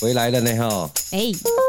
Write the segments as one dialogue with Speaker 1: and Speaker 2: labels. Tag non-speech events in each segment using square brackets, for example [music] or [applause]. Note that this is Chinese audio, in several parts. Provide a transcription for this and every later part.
Speaker 1: 回来了呢哈，
Speaker 2: 哎，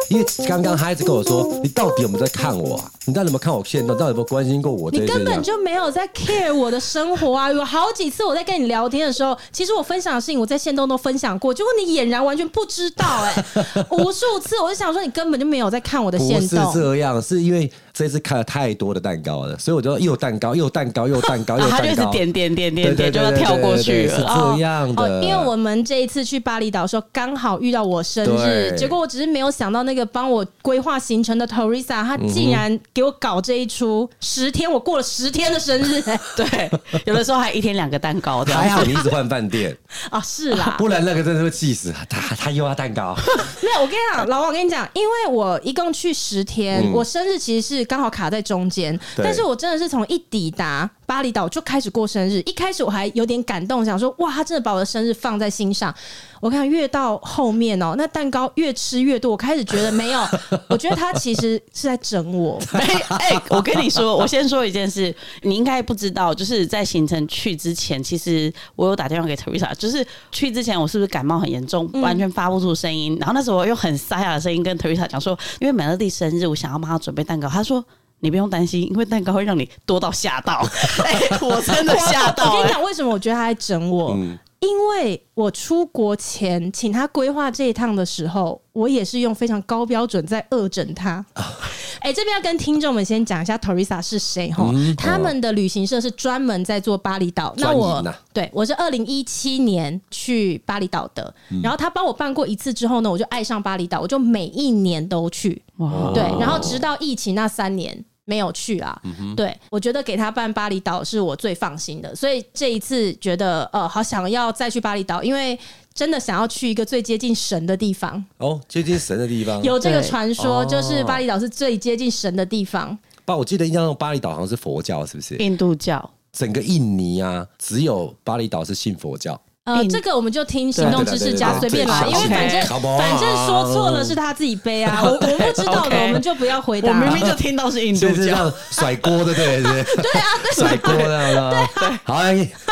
Speaker 1: 因为刚刚孩子跟我说，你到底有没有在看我啊？你到底有没有看我现动？到底有没有关心过我这
Speaker 2: 你
Speaker 1: 些
Speaker 2: 根本
Speaker 1: 啊？
Speaker 2: 就没有在 care 我的生活啊！有好几次我在跟你聊天的时候，其实我分享的事情我在线动都分享过，结果你俨然完全不知道
Speaker 1: [laughs]
Speaker 2: 哎、无数次我就想说你根本就没有在看我的
Speaker 1: 不
Speaker 2: 线
Speaker 1: 是
Speaker 2: 动。
Speaker 1: 这样，是因为这次看了太多的蛋糕了，所以我就又蛋糕又蛋糕又
Speaker 2: [laughs]
Speaker 1: 蛋糕又
Speaker 2: 啊
Speaker 3: 然后啊他
Speaker 1: 蛋
Speaker 3: 就一直
Speaker 1: 糕，
Speaker 3: 点点点
Speaker 1: 对
Speaker 3: 点
Speaker 1: 对
Speaker 3: 点，就
Speaker 1: 对
Speaker 3: 要
Speaker 1: 对
Speaker 3: 跳过去
Speaker 1: 对对
Speaker 3: 了。
Speaker 1: 是这样的。
Speaker 2: 哦，因为我们这一次去巴厘岛的时候，刚好遇到我生日，
Speaker 1: 对
Speaker 2: 结果我只是没有想到那个帮我规划行程的 Teresa，她
Speaker 1: 嗯
Speaker 2: 竟然给我搞这一出，十天我过了十天的生日、哎
Speaker 3: [laughs] 对，有的时候还一天两个蛋糕这样
Speaker 1: 还。好你一直换饭
Speaker 2: [laughs]
Speaker 1: 店，
Speaker 2: 啊，是啦，
Speaker 1: 不然那个真的会气死他。他又要蛋糕，
Speaker 2: 没有，我跟你
Speaker 1: [laughs]
Speaker 2: 讲，老王，我跟你讲，因为我一共去十天，
Speaker 1: 嗯
Speaker 2: 我生日其实是刚好卡在中间，
Speaker 1: 对
Speaker 2: 但是我真的是从一抵达巴厘岛就开始过生日。一开始我还有点感动，想说哇，他真的把我的生日放在心上。我看越到后面哦、那蛋糕越吃越多，我开始觉
Speaker 1: [laughs]
Speaker 2: 得没有，我觉得他其实是在整我。
Speaker 3: [laughs] 哎哎、我跟你说，我先说一件事，你应该不知道，就是在行程去之前，其实我有打电话给 Teresa，就是去之前我是不是感冒很严重，
Speaker 1: 嗯
Speaker 3: 完全发不出声音，然后那时候我用很沙哑的声音跟 Teresa 讲说，因为美乐蒂生日，我想要帮她准备蛋糕，她说。你不用担心，因为蛋糕会让你多到吓到。 [laughs] 哎、我真的吓到、
Speaker 2: 我跟你
Speaker 3: 哎
Speaker 2: 讲，为什么我觉得他在整我？
Speaker 1: 嗯
Speaker 2: 因为我出国前请他规划这一趟的时候，我也是用非常高标准在恶整他。
Speaker 1: 啊
Speaker 2: [laughs] 哎、这边要跟听众们先讲一下 Teresa 是谁哈、
Speaker 1: 嗯
Speaker 2: 他们的旅行社是专门在做巴厘岛。那
Speaker 1: 专营
Speaker 2: 我、
Speaker 1: 啊
Speaker 2: 对我是二零一七年去巴厘岛的，
Speaker 1: 嗯
Speaker 2: 然后他帮我办过一次之后呢，我就爱上巴厘岛，我就每一年都去。
Speaker 1: 哦
Speaker 3: 哇
Speaker 2: [laughs] 对，然后直到疫情那三年没有去啊。
Speaker 1: 嗯
Speaker 2: 对，我觉得给他办巴厘岛是我最放心的，所以这一次觉得呃，好想要再去巴厘岛，因为真的想要去一个最接近神的地方。
Speaker 1: 哦，接近神的地方。
Speaker 2: 有这个
Speaker 3: 对
Speaker 2: 传说，
Speaker 1: 哦
Speaker 2: 就是巴厘岛是最接近神的地方。
Speaker 1: 爸，哦我记得印象中巴厘岛好像是佛教，是不是？
Speaker 3: 印度教，
Speaker 1: 整个印尼啊，只有巴厘岛是信佛教。
Speaker 2: 呃，
Speaker 3: 嗯
Speaker 2: 这个我们就听行动
Speaker 1: 对对
Speaker 2: 知识
Speaker 1: 对
Speaker 2: 家
Speaker 1: 对
Speaker 2: 随便啦，因
Speaker 3: 对
Speaker 2: 为反正
Speaker 1: Come on
Speaker 2: 反正说错了是他自己背啊，我我不知道的
Speaker 3: [laughs] OK
Speaker 2: 我们就不要回
Speaker 3: 我
Speaker 2: 答。
Speaker 3: 明明 [laughs] 就听到是印度
Speaker 1: 就是这
Speaker 3: 教。
Speaker 1: 样甩锅的，对不对？对啊，甩锅这样的啊。对，好，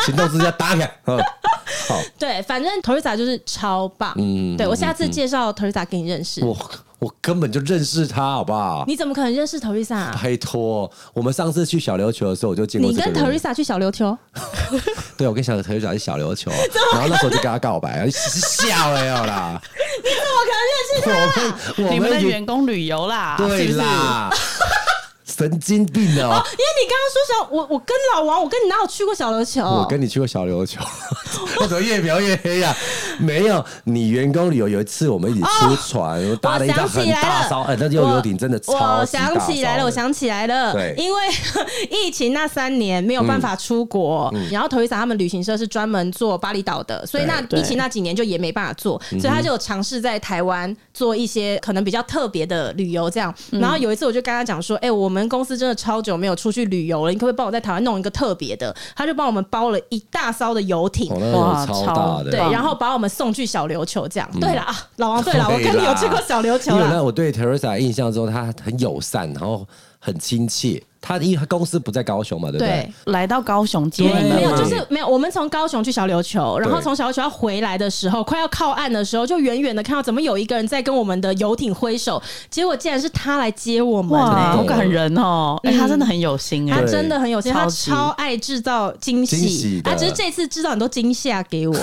Speaker 1: 行动之家打开。嗯好，
Speaker 2: 对，反正 Teresa 就是超棒。
Speaker 1: 嗯
Speaker 2: 对我下次介绍 Teresa 给你认识。
Speaker 1: 我我根本就认识他，好不好？
Speaker 2: 你怎么可能认识 Teresa？啊
Speaker 1: 拜托，我们上次去小琉球的时候，我就见过
Speaker 2: 你
Speaker 1: 这
Speaker 2: 跟
Speaker 1: 个人。
Speaker 2: Teresa 去小琉球，
Speaker 1: 对，我跟小琉球是小琉球，然后那时候就跟他告白，你笑了哟啦。你怎么可能认识他？我们
Speaker 3: 你们的
Speaker 1: 一起
Speaker 3: 员工旅游啦，是
Speaker 1: 对
Speaker 3: 不是？
Speaker 1: 啦，神经病 [laughs] 哦！
Speaker 2: 因为你刚刚说小我，我跟老王，我跟你哪有去过小琉球？
Speaker 1: 我跟你去过小琉
Speaker 2: [laughs]
Speaker 1: 球，我怎么越描越黑呀、 [laughs] 没有，你员工旅游有一次我们一起出船，我搭了一
Speaker 2: 哦我
Speaker 1: 张
Speaker 2: 想
Speaker 1: 很
Speaker 2: 起来
Speaker 1: 大
Speaker 2: 了，
Speaker 1: 艘，哎、那悠游艇真的超级
Speaker 2: 我。我
Speaker 1: 大
Speaker 2: 想起来
Speaker 1: 艘
Speaker 2: 了，
Speaker 1: 的
Speaker 2: 我想起来了，
Speaker 1: 对
Speaker 2: 因为 [laughs] 疫情那三年没有办法出国，
Speaker 1: 嗯
Speaker 2: 然后头一场他们旅行社是专门做巴厘岛的，所以那
Speaker 3: 对
Speaker 2: 疫情那几年就也没办法做，
Speaker 1: 嗯
Speaker 2: 所以他就有尝试在台湾做一些可能比较特别的旅游这样。
Speaker 1: 嗯
Speaker 2: 然后有一次我就跟他讲说，哎、我们公司真的超久没有出去旅游了，你可不可以帮我在台湾弄一个特别的？他就帮我们包了一大艘的游艇
Speaker 1: 哦，。那游
Speaker 3: 哇
Speaker 1: 超
Speaker 3: 超
Speaker 1: 大的，
Speaker 2: 对，
Speaker 3: 棒
Speaker 2: 然后把我们送去小琉球，这样。对了啊，老王，对
Speaker 1: [laughs]
Speaker 2: 了，我跟你有去过小琉球
Speaker 1: 因
Speaker 2: 啊
Speaker 1: 为
Speaker 2: 啦
Speaker 1: 呢，我对 Teresa 的印象中，她很友善，然后很亲切。她因为她公司不在高雄嘛，对不对
Speaker 2: 对？，
Speaker 3: 来到高雄接你
Speaker 1: 对
Speaker 3: 们
Speaker 2: 没有，
Speaker 3: 吗
Speaker 2: 就是没有。我们从高雄去小琉球，然后
Speaker 1: 对
Speaker 2: 从小琉球要回来的时候，快要靠岸的时候，就远远的看到怎么有一个人在跟我们的游艇挥手，结果竟然是他来接我们、
Speaker 3: 哇，
Speaker 2: 欸
Speaker 3: 好感人哦！哎、
Speaker 2: 嗯
Speaker 3: 他真的很有心哎、
Speaker 2: 他
Speaker 1: 对
Speaker 2: 真的很有心，他
Speaker 3: 超级
Speaker 2: 超爱制造惊
Speaker 1: 惊
Speaker 2: 喜
Speaker 1: 喜，
Speaker 2: 他
Speaker 1: 的
Speaker 2: 只是这次制造很多惊吓给我。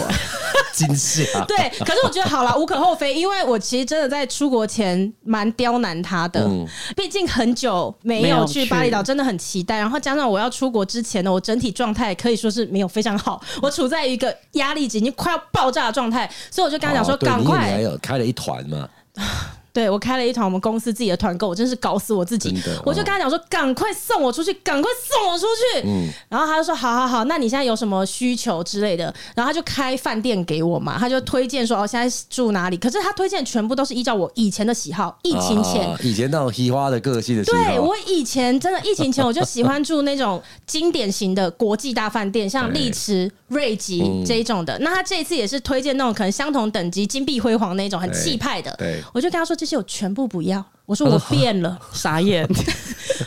Speaker 1: 惊吓。
Speaker 2: [laughs] 对，可是我觉得好了，无可厚非，因为我其实真的在出国前蛮刁难他的，
Speaker 1: 嗯
Speaker 2: 毕竟很久没
Speaker 3: 没
Speaker 2: 有
Speaker 3: 有
Speaker 2: 去
Speaker 3: 去
Speaker 2: 巴厘岛，真的很期待。然后加上我要出国之前呢，我整体状态可以说是没有非常好，我处在一个压力值已经快要爆炸的状态，所以我就跟他讲说，
Speaker 1: 哦对
Speaker 2: 赶
Speaker 1: 你也
Speaker 2: 快
Speaker 1: 没，有开了一团嘛，
Speaker 2: 对我开了一团我们公司自己的团购，我真是搞死我自己
Speaker 1: 真的。嗯
Speaker 2: 我就跟他讲说，赶快送我出去，赶快送我出去。
Speaker 1: 嗯
Speaker 2: 然后他就说，好好好，那你现在有什么需求之类的？然后他就开饭店给我嘛，他就推荐说，哦，现在住哪里？可是他推荐全部都是依照我以前的喜好，疫情前。
Speaker 1: 啊以前那种嘻花的个性的喜好，
Speaker 2: 对我以前真的疫情前，我就喜欢住那种经典型的国际大饭
Speaker 1: [laughs]
Speaker 2: 店，像丽池、瑞吉
Speaker 1: 嗯
Speaker 2: 这一种的。那他这一次也是推荐那种可能相同等级、金碧辉煌那种很
Speaker 1: 对
Speaker 2: 气派的。
Speaker 1: 对
Speaker 2: 我就跟他说这些我全部不要。
Speaker 1: [laughs]
Speaker 2: 我说我变了，
Speaker 3: 傻眼，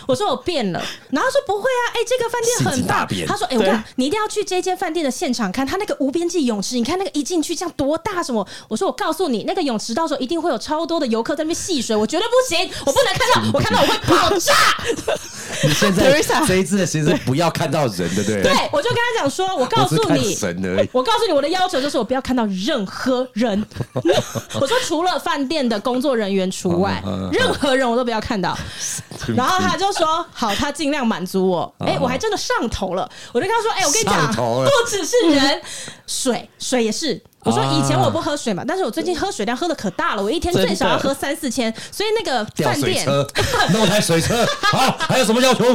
Speaker 2: 我说我变了，然后他说不会啊，哎、这个饭店
Speaker 1: 性
Speaker 2: 很
Speaker 1: 情大
Speaker 2: 棒
Speaker 1: 变。
Speaker 2: 他说，哎、我
Speaker 3: 对
Speaker 2: 看你一定要去这间饭店的现场看，他那个无边际泳池，你看那个一进去这样多大什么？我说我告诉你，那个泳池到时候一定会有超多的游客在那边戏水，我绝对不行，我不能看到，我看到我会爆炸。
Speaker 1: 你现
Speaker 2: [laughs]
Speaker 3: Teresa
Speaker 1: 在这一支的其实不要看到人，对不对？
Speaker 2: 对，我就跟他讲说，我告
Speaker 1: 我只
Speaker 2: 诉
Speaker 1: 看
Speaker 2: 你，
Speaker 1: 神而已。
Speaker 2: 我告诉你，我的要求就是我不要看到任何
Speaker 1: [laughs]
Speaker 2: 人。我说除了饭店的工作人员除外
Speaker 1: 嗯嗯嗯，
Speaker 2: 任何人我都不要
Speaker 1: [laughs]
Speaker 2: 看到。然后他就说：“好，他尽量满足我。”哎，我还真的上头了。我就跟他说：“哎，我跟你讲，
Speaker 1: 啊上头
Speaker 2: 不
Speaker 1: 了
Speaker 2: 只是
Speaker 1: [laughs]
Speaker 2: 人，水水也是。”我说
Speaker 1: 啊
Speaker 2: 以前我不喝水嘛，但是我最近喝水量喝的可大了，我一天
Speaker 3: 真的
Speaker 2: 最少要喝三四千，所以那个
Speaker 1: 吊
Speaker 2: 饭
Speaker 1: 水
Speaker 2: 店，
Speaker 1: 车， [laughs] 弄台水车，好，还有什么要求？
Speaker 2: [laughs]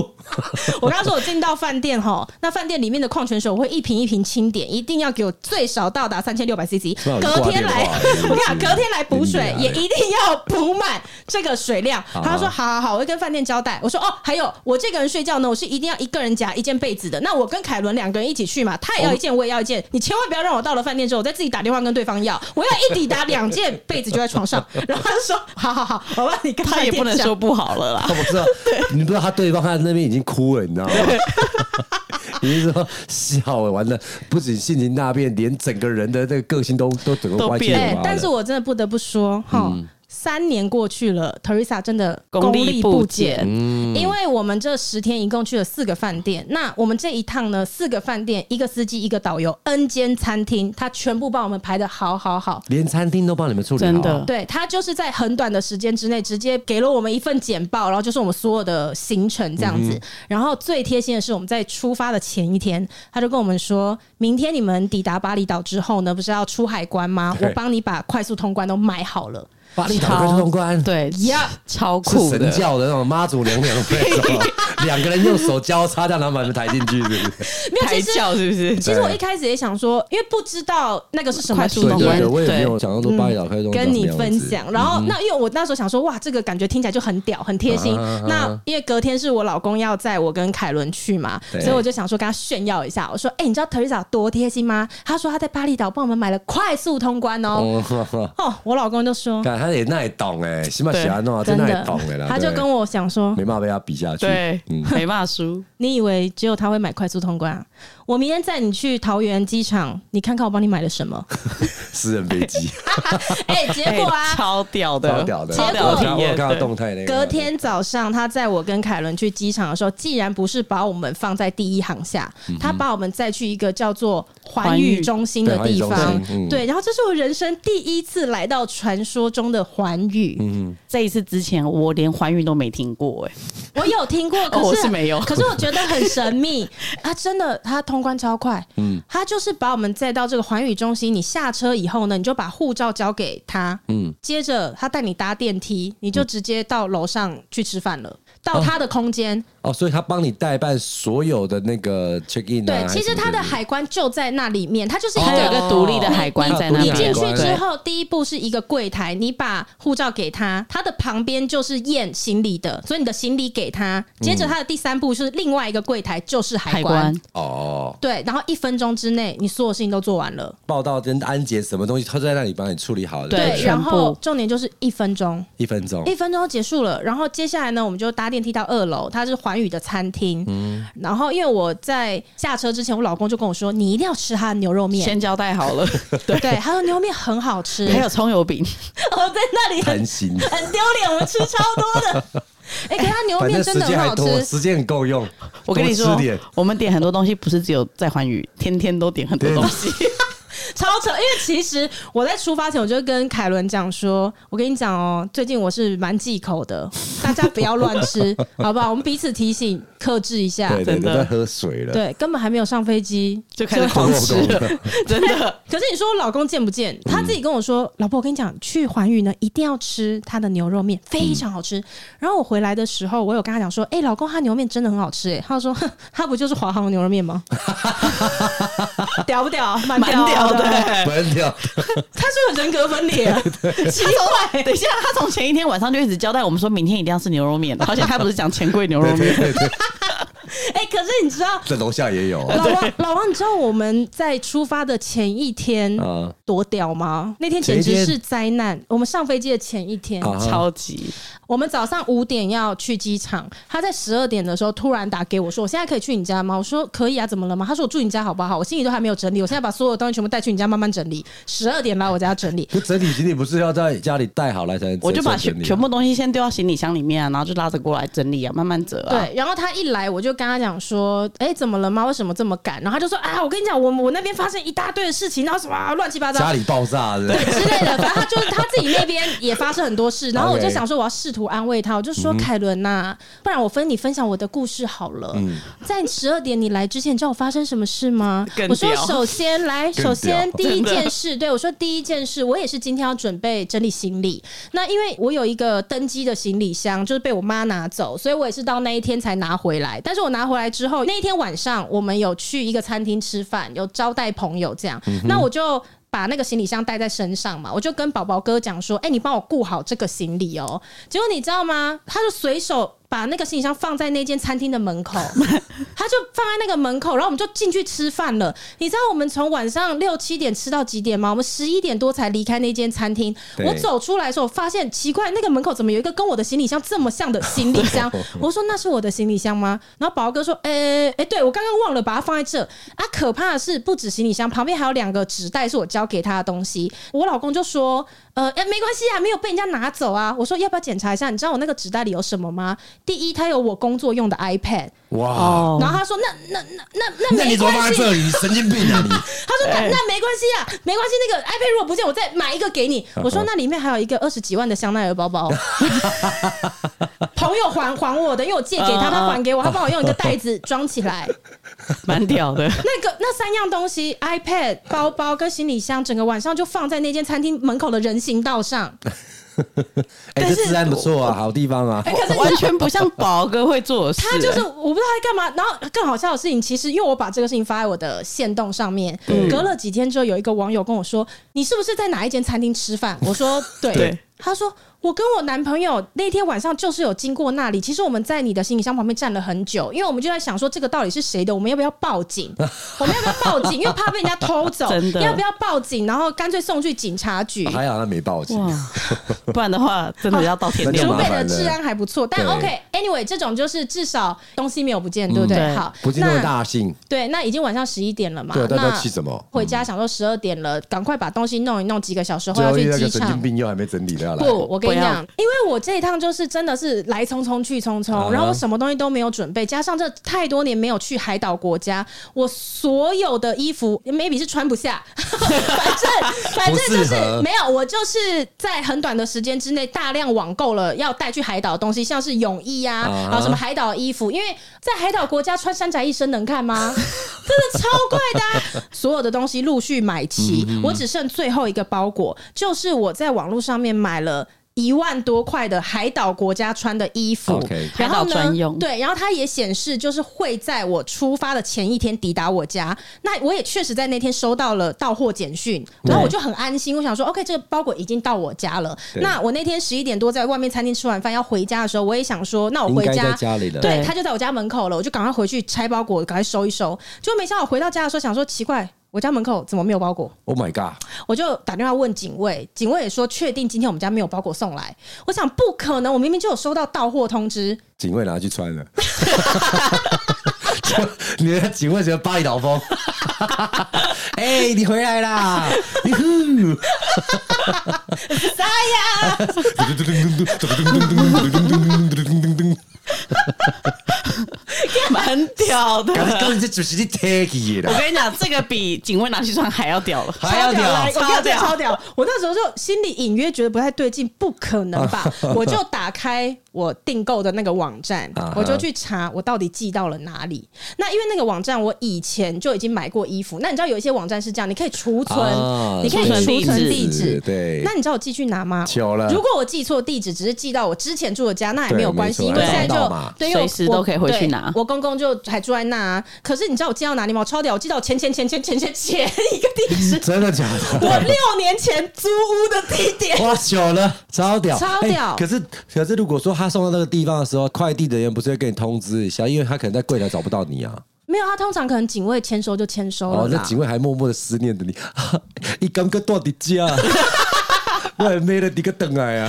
Speaker 2: 我跟他说我进到饭店哈，那饭店里面的矿泉水我会一瓶一瓶清点，一定要给我最少到达三千六百 CC，
Speaker 1: 那我就
Speaker 2: 隔
Speaker 1: 挂电
Speaker 2: 天
Speaker 1: 话
Speaker 2: 来
Speaker 1: 了，
Speaker 2: [laughs] 我跟你讲，隔天来补水
Speaker 1: 嗯
Speaker 2: 也一定要补满这个水量。
Speaker 1: 啊
Speaker 2: 他说好好好，我会跟饭店交代。我说哦，还有我这个人睡觉呢，我是一定要一个人夹一件被子的。那我跟凯伦两个人一起去嘛，他
Speaker 1: 哦
Speaker 2: 也要一件，我也要一件。你千万不要让我到了饭店之后，我再自己打电话跟对方要，我要一抵达两件被子就在床上。然后他就说好好好，我帮你跟
Speaker 3: 他
Speaker 2: 饭
Speaker 3: 也
Speaker 2: 店
Speaker 3: 不
Speaker 1: [laughs]
Speaker 3: 能
Speaker 2: 讲
Speaker 3: 说不好了啦
Speaker 1: 他。啊不知道，你不知道他对方他在那边已经哭了，你知 [laughs] 道吗？你是说笑了，完了，不仅性情大变，连整个人的那个个性都都整个
Speaker 3: 都
Speaker 1: 歪七
Speaker 3: 变
Speaker 1: 扭
Speaker 2: 哎
Speaker 1: 八，
Speaker 2: 但
Speaker 1: 的
Speaker 2: 是我真的不得不说，哈、三年过去了，Teresa 真的
Speaker 3: 嗯功力
Speaker 2: 力
Speaker 3: 不
Speaker 2: 不
Speaker 3: 减嗯
Speaker 2: 减。因为我们这十天一共去了四个饭店，那我们这一趟呢，四个饭店，一个司机，一个导游，N 间餐厅，他全部帮我们排的好好好。
Speaker 1: 连餐厅都帮你们处理好啊
Speaker 3: 真的
Speaker 2: 对他就是在很短的时间之内，直接给了我们一份简报，然后就是我们所有的行程这样
Speaker 3: 嗯
Speaker 2: 子。然后最贴心的是，我们在出发的前一天，他就跟我们说，明天你们抵达巴厘岛之后呢，不是要出海关吗？
Speaker 1: 对
Speaker 2: 我帮你把快速通关都买好了。
Speaker 1: 巴厘岛快速通关，
Speaker 3: 对，
Speaker 2: 呀
Speaker 3: 超
Speaker 1: 是
Speaker 3: 酷
Speaker 1: 神
Speaker 3: 的。
Speaker 1: 教的那种妈祖娘娘那
Speaker 3: [laughs]
Speaker 1: 种，两个人用手交叉，这样然后把你们抬进去，是不是？
Speaker 2: 没有，
Speaker 3: 抬
Speaker 2: 其实
Speaker 3: 轿是不是？
Speaker 2: 其实我一开始也想说，因为不知道那个是什么
Speaker 3: 快速
Speaker 2: 体
Speaker 1: 对
Speaker 3: 通
Speaker 1: 对
Speaker 3: 关
Speaker 2: 验
Speaker 1: 对，。我也
Speaker 3: 对嗯
Speaker 1: 没有想到说巴厘岛快速通关
Speaker 2: 嗯跟你
Speaker 1: 长什么样
Speaker 2: 分
Speaker 1: 子
Speaker 2: 享，然后那因为我那时候想说，哇，这个感觉听起来就很屌，很贴心
Speaker 1: 啊啊啊。
Speaker 2: 那因为隔天是我老公要载我跟凯伦去嘛，
Speaker 1: 对
Speaker 2: 所以我就想说跟他炫耀一下，我说，哎，你知道 Teresa 多贴心吗？他说他在巴厘岛帮我们买了快速通关哦。
Speaker 1: 哦，
Speaker 2: 哦，我老公就 [laughs] 说，
Speaker 1: 看他也那也懂哎，起码喜欢弄啊，
Speaker 2: 真
Speaker 1: 真
Speaker 2: 的
Speaker 1: 也懂哎啦，，
Speaker 2: 他就
Speaker 1: 对
Speaker 2: 跟我想说，
Speaker 1: 没办法被他比下去，
Speaker 3: 对，
Speaker 1: 嗯
Speaker 3: 没骂输。
Speaker 2: 你以为只有他会买快速通关啊？我明天载你去桃园机场，你看看我帮你买了
Speaker 1: [laughs]
Speaker 2: 什么？
Speaker 1: 私人飞
Speaker 2: [laughs]
Speaker 1: 机，
Speaker 2: 哎，结果啊
Speaker 3: 哎，超屌的，
Speaker 1: 超屌的，
Speaker 2: 结
Speaker 3: 超
Speaker 2: 果
Speaker 3: 屌
Speaker 1: 我
Speaker 3: 的
Speaker 1: 看
Speaker 3: 体
Speaker 1: 我有
Speaker 3: 验。
Speaker 1: 看到
Speaker 3: 对
Speaker 1: 动态那个，
Speaker 2: 隔天早上，他载我跟凯伦去机场的时候，既然不是把我们放在第一航下，
Speaker 1: 嗯
Speaker 2: 他把我们载去一个叫做环宇中心的地
Speaker 1: 环宇
Speaker 2: 方
Speaker 1: 对环宇中。心嗯
Speaker 2: 对，然后这是我人生第一次来到传说中的环宇。
Speaker 1: 嗯
Speaker 3: 这一次之前，我连环宇都没听过、哎，
Speaker 2: 我有听过，可
Speaker 3: 哦
Speaker 2: 是,、
Speaker 3: [laughs] 我是没有
Speaker 2: [laughs] 可是我觉得很神秘。他真的，他通关超快。嗯，他就是把我们载到这个环宇中心，你下车以后呢，你就把护照交给他。嗯，接着他带你搭电梯，你
Speaker 1: 嗯
Speaker 2: 就直接到楼上去吃饭了。到他的空间，
Speaker 1: 哦，所以他帮你代办所有的那个 check in
Speaker 2: 对
Speaker 1: 啊，，
Speaker 2: 其实它
Speaker 1: 他
Speaker 2: 的海关就在那里面，它就是一
Speaker 3: 它有一
Speaker 2: 个。
Speaker 3: 个独立的海关在那
Speaker 1: 哦
Speaker 2: 你
Speaker 1: 独立
Speaker 2: 进
Speaker 3: 边
Speaker 1: 的。海
Speaker 2: 去
Speaker 1: 关
Speaker 2: 之后，第一步是一个柜台，你把护照给他，他的旁边就是验行李的，所以你的行李给他。接着他的第三步是另外一个柜台，就是海
Speaker 3: 海关，
Speaker 1: 哦，
Speaker 2: 对，然后一分钟之内，你所有事情都做完了。
Speaker 1: 报道跟安检什么东西，他都在那里帮你处理好了，
Speaker 3: 对
Speaker 1: 不
Speaker 3: 全
Speaker 2: 然后
Speaker 3: 部
Speaker 2: 重点就是一分钟，
Speaker 1: 一分钟
Speaker 2: 一分钟结束了。然后接下来呢，我们就搭电梯到二楼，它是环宇的餐厅。然后因为我在下车之前，我老公就跟我说：“你一定要吃他的牛肉面。
Speaker 3: 先交代好 [laughs] 了，对，”
Speaker 2: 对，他说牛肉面很好吃，
Speaker 3: [laughs] 还有葱油饼，
Speaker 2: [laughs] 我在那里
Speaker 1: 贪
Speaker 2: 很 [laughs]
Speaker 1: 心，
Speaker 2: 很丢脸，我们吃超
Speaker 1: [laughs]
Speaker 2: 多的。哎、可是它牛肉
Speaker 1: 反
Speaker 2: 面
Speaker 1: 正
Speaker 2: 真
Speaker 1: 时
Speaker 2: 的
Speaker 1: 间
Speaker 2: 很
Speaker 1: 还
Speaker 2: 好
Speaker 1: 多，
Speaker 2: 吃。
Speaker 1: 时间很够用，
Speaker 3: 我跟你
Speaker 1: 多
Speaker 3: 说
Speaker 1: 吃点，
Speaker 3: 我们点很多东西，不是只有在环宇，天天都点很多东西。
Speaker 2: 超扯，因为其实我在出发前我就跟凯伦讲说，我跟你讲哦，最近我是蛮忌口的， [laughs] 大家不要乱吃，好不好？我们彼此提醒，克制一下。
Speaker 1: 对对
Speaker 3: 真
Speaker 1: 对，
Speaker 3: 的
Speaker 1: 在喝水了，
Speaker 2: 对，根本还没有上飞机
Speaker 3: 就开始狂吃
Speaker 1: 就
Speaker 3: 了，真的。
Speaker 2: 可是你说我老公健不健？他自己跟我说，老婆，我跟你讲，去环宇呢一定要吃他的牛肉面，非常好吃。然后我回来的时候，我有跟他讲说，哎、老公，他牛肉面真的很好吃、哎，他就说，哼 [laughs] 他不就是华航的牛肉面吗？屌不屌？ [laughs] 蛮
Speaker 3: 蛮屌
Speaker 2: 的。
Speaker 3: 的。
Speaker 1: 关掉，
Speaker 2: 他是有人格分裂、啊，奇怪、
Speaker 3: 等一下，他从前一天晚上就一直交代我们说明天一定要吃牛肉面，而且他不是讲钱柜牛肉
Speaker 1: 对
Speaker 3: 面，
Speaker 1: 对对对，
Speaker 2: 哎、可是你知道，
Speaker 1: 在楼下也有啊
Speaker 2: 老王，老王，你知道我们在出发的前一天
Speaker 1: 啊
Speaker 2: 多屌吗？那天简
Speaker 1: 前一天
Speaker 2: 直是灾难。我们上飞机的前一天，
Speaker 1: 啊
Speaker 3: [laughs] 超级
Speaker 2: 我们早上五点要去机场，他在十二点的时候突然打给我说：“我现在可以去你家吗？”我说：“可以啊，怎么了吗？”他说：“我住你家好不好？”我心里都还没有整理，我现在把所有东西全部带去你家慢慢整理。十二点来我家整理，
Speaker 1: 就整理行李不是要在家里带好来才能？
Speaker 3: 我就把
Speaker 1: 才整
Speaker 3: 全
Speaker 1: 理啊
Speaker 3: 全部东西先丢到行李箱里面啊，然后就拉着过来整理啊，慢慢折啊。
Speaker 2: 对，然后他一来，我就跟他讲说：“哎、怎么了吗？为什么这么赶？”然后他就说：“啊，我跟你讲，我我那边发生一大堆的事情，然后什么、啊、乱七八糟。”
Speaker 1: 家里爆炸的，
Speaker 2: 之类的，反正他就是他自己那边也发生很多事，然后我就
Speaker 1: OK 嗯
Speaker 2: 想说我要试图安慰他，我就说凯伦呐，不然我分你分享我的故事好了。
Speaker 1: 嗯
Speaker 2: 在十二点你来之前，你知道我发生什么事吗
Speaker 3: 更？
Speaker 2: 我说
Speaker 3: 屌
Speaker 2: 首先来，
Speaker 1: 更
Speaker 2: 首先
Speaker 1: 屌
Speaker 2: 第一件事，对我说第一件事，我也是今天要准备整理行李。那因为我有一个登机的行李箱，就是被我妈拿走，所以我也是到那一天才拿回来。但是我拿回来之后，那一天晚上我们有去一个餐厅吃饭，有招待朋友这样。那我就。把那个行李箱带在身上嘛，我就跟宝宝哥讲说：“哎、你帮我顾好这个行李哦。”结果你知道吗？他就随手把那个行李箱放在那间餐厅的门口，他就放在那个门口，然后我们就进去吃饭了。你知道我们从晚上六七点吃到几点吗？我们十一点多才离开那间餐厅。
Speaker 1: 对
Speaker 2: 我走出来的时候，发现奇怪，那个门口怎么有一个跟我的行李箱这么像的行李箱？我说那是我的行李箱吗？然后宝宝哥说，哎、哎、对我刚刚忘了把它放在这。啊，可怕的是不止行李箱，旁边还有两个纸袋是我交给他的东西。我老公就说，呃，哎、没关系啊，没有被人家拿走啊。我说要不要检查一下？你知道我那个纸袋里有什么吗？第一，它有我工作用的 iPad。
Speaker 1: 哇！
Speaker 3: 哦
Speaker 2: 然后他说：“那那那那那
Speaker 1: 那你
Speaker 2: 没
Speaker 1: 怎么
Speaker 2: 关
Speaker 1: 放在
Speaker 2: 系。
Speaker 1: 这里？你神经病啊
Speaker 2: [laughs]
Speaker 1: 你！”
Speaker 2: 他说：“那那没关系啊，没关系。那个 iPad 如果不见，我再买一个
Speaker 1: [laughs]
Speaker 2: 给你。”我说：“那里面还有一个二十几万的香奈儿包包，朋友还还我的，因为我借给他，
Speaker 3: 嗯嗯
Speaker 2: 他还给我，他帮我用一个袋子装起来。
Speaker 3: 蛮屌的。
Speaker 2: 那个那三样东西，iPad、包包跟行李箱，整个晚上就放在那间餐厅门口的人行道上。
Speaker 1: 哎，
Speaker 3: 但
Speaker 1: 这
Speaker 3: 是
Speaker 1: 治安不错啊，好地方啊。
Speaker 2: [laughs] 哎，可是你知道
Speaker 3: [laughs] 完全不像宝哥会做的事、
Speaker 2: 他就是
Speaker 3: 欸
Speaker 2: 我不知道他在干嘛。然后更好笑的事情，其实因为我把这个事情发在我的线动上面，隔了几天之后，有一个网友跟我说：“你是不是在哪一间餐厅吃饭？”我说：“对。
Speaker 3: 对
Speaker 2: 他说：“我跟我男朋友那天晚上就是有经过那里，其实我们在你的行李箱旁边站了很久，因为我们就在想说这个到底是谁的，我们要不要报警？我们要不要报警？因为怕被人家偷走 [laughs]
Speaker 3: 真，的
Speaker 2: 要不要报警？然后干脆送去警察局。
Speaker 1: 还好他没报警，
Speaker 2: [laughs]
Speaker 3: 哇，不然的话真的要到天
Speaker 1: 那
Speaker 3: 亮
Speaker 1: 就
Speaker 2: 除
Speaker 1: 麻
Speaker 2: 北
Speaker 1: 烦
Speaker 2: 的
Speaker 1: 了
Speaker 2: 治安还不错，但
Speaker 1: 对
Speaker 2: OK，Anyway，、这种就是至少东西没有不见，对不对？
Speaker 3: 对
Speaker 2: 好，
Speaker 1: 不进那么大幸。
Speaker 2: 对，那已经晚上十一点了嘛，
Speaker 1: 对啊，大家嗯
Speaker 2: 那
Speaker 1: 气什么？
Speaker 2: 回家想说十二点了，赶快把东西弄一弄，几个小时后
Speaker 1: 最
Speaker 2: 要
Speaker 1: 后
Speaker 2: 去
Speaker 1: 那
Speaker 2: 机
Speaker 1: 个神
Speaker 2: 场
Speaker 1: 经。病又还没整理的要来，
Speaker 2: 不，我跟你
Speaker 3: 不要
Speaker 2: 讲，因为我这一趟就是真的是来匆匆去匆匆，
Speaker 1: 啊
Speaker 2: 然后我什么东西都没有准备，加上这太多年没有去海岛国家，我所有的衣服 maybe 是穿不下， [laughs] 反正
Speaker 1: [laughs]
Speaker 2: 反正就
Speaker 1: 不
Speaker 2: 是
Speaker 1: 适合
Speaker 2: 没有，我就是在很短的时间之内大量网购了要带去海岛的东西，像是泳衣啊，
Speaker 1: 啊
Speaker 2: 然后什么海岛衣服，因为在海岛国家穿山寨一身能
Speaker 1: [laughs]
Speaker 2: 看吗？真的超怪的啊、所有的东西陆续买齐，
Speaker 1: 嗯
Speaker 2: 我只剩最后一个包裹，就是我在网络上面买了。一万多块的海岛国家穿的衣服
Speaker 1: OK
Speaker 2: 然后
Speaker 3: 海岛专
Speaker 2: 呢
Speaker 3: 用，
Speaker 2: 对，然后它也显示就是会在我出发的前一天抵达我家。那我也确实在那天收到了到货简讯，然后我就很安心，我想说 OK，这个包裹已经到我家了。
Speaker 1: 对
Speaker 2: 那我那天十一点多在外面餐厅吃完饭要回家的时候，我也想说，那我
Speaker 1: 应
Speaker 2: 回
Speaker 1: 该
Speaker 2: 家
Speaker 1: 在家里了。
Speaker 2: 对，
Speaker 3: 对
Speaker 2: 他就在我家门口了，我就赶快回去拆包裹，赶快收一收。就没想到我回到家的时候，想说奇怪，我家门口怎么没有包裹？
Speaker 1: ，Oh my god！
Speaker 2: 我就打电话问警卫，警卫也说确定今天我们家没有包裹送来。我想不可能，我明明就有收到到货通知，
Speaker 1: 警卫拿去穿了。 [laughs] 就你的警卫觉得巴厘岛风， [laughs] 哎、你回来啦！
Speaker 2: 啥呀？
Speaker 3: 蛮屌的。
Speaker 1: 刚刚这就是你 take
Speaker 3: [laughs] 我
Speaker 1: 的，
Speaker 3: 跟你讲，这个比警卫拿去穿还要屌了。
Speaker 1: [laughs] 还要
Speaker 2: 超
Speaker 1: 屌
Speaker 2: 来我跟
Speaker 3: 超
Speaker 2: 你讲
Speaker 3: 屌
Speaker 2: 超屌！我那时候就心里隐约觉得不太对劲，不可能
Speaker 1: [laughs]
Speaker 2: 吧？我就打开我订购的那个网站
Speaker 1: 啊哈，
Speaker 2: 我就去查我到底寄到了哪里。那因为那个网站我以前就已经买过衣服，那你知道有一些网站是这样，你可以储存
Speaker 1: 啊，
Speaker 2: 你可以
Speaker 3: 储存
Speaker 2: 储存地
Speaker 3: 地
Speaker 2: 址。
Speaker 1: 对
Speaker 2: 那，你知道我寄去拿吗？
Speaker 1: 糗了
Speaker 2: 如果我记错地址，只是寄到我之前住的家，那也没有关系，
Speaker 1: 对
Speaker 2: 因
Speaker 1: 没
Speaker 2: 为
Speaker 1: 错
Speaker 2: 现在就
Speaker 1: 找得到嘛
Speaker 2: 对，因为我
Speaker 3: 随时都可以回去
Speaker 2: 对
Speaker 3: 拿
Speaker 2: 我公公就还住在那、啊。可是你知道我寄到哪里吗？我超屌，我寄到前前前前前前前一个地址，
Speaker 1: 真的假
Speaker 2: 我
Speaker 1: 的？
Speaker 2: 六年前租屋的地点。
Speaker 1: 哇，久了，超屌，
Speaker 2: 超
Speaker 1: 哎
Speaker 2: 屌
Speaker 1: 可是，可是，如果说他送到那个地方的时候，快递的人不是会跟你通知一下，因为他可能在柜台找不到你啊。
Speaker 2: [laughs] 没有，他通常可能警卫签收就签收了
Speaker 1: 哦，那
Speaker 2: 啦。
Speaker 1: 警卫还默默的思念着你，你刚刚到底家，我还没了你个等来啊！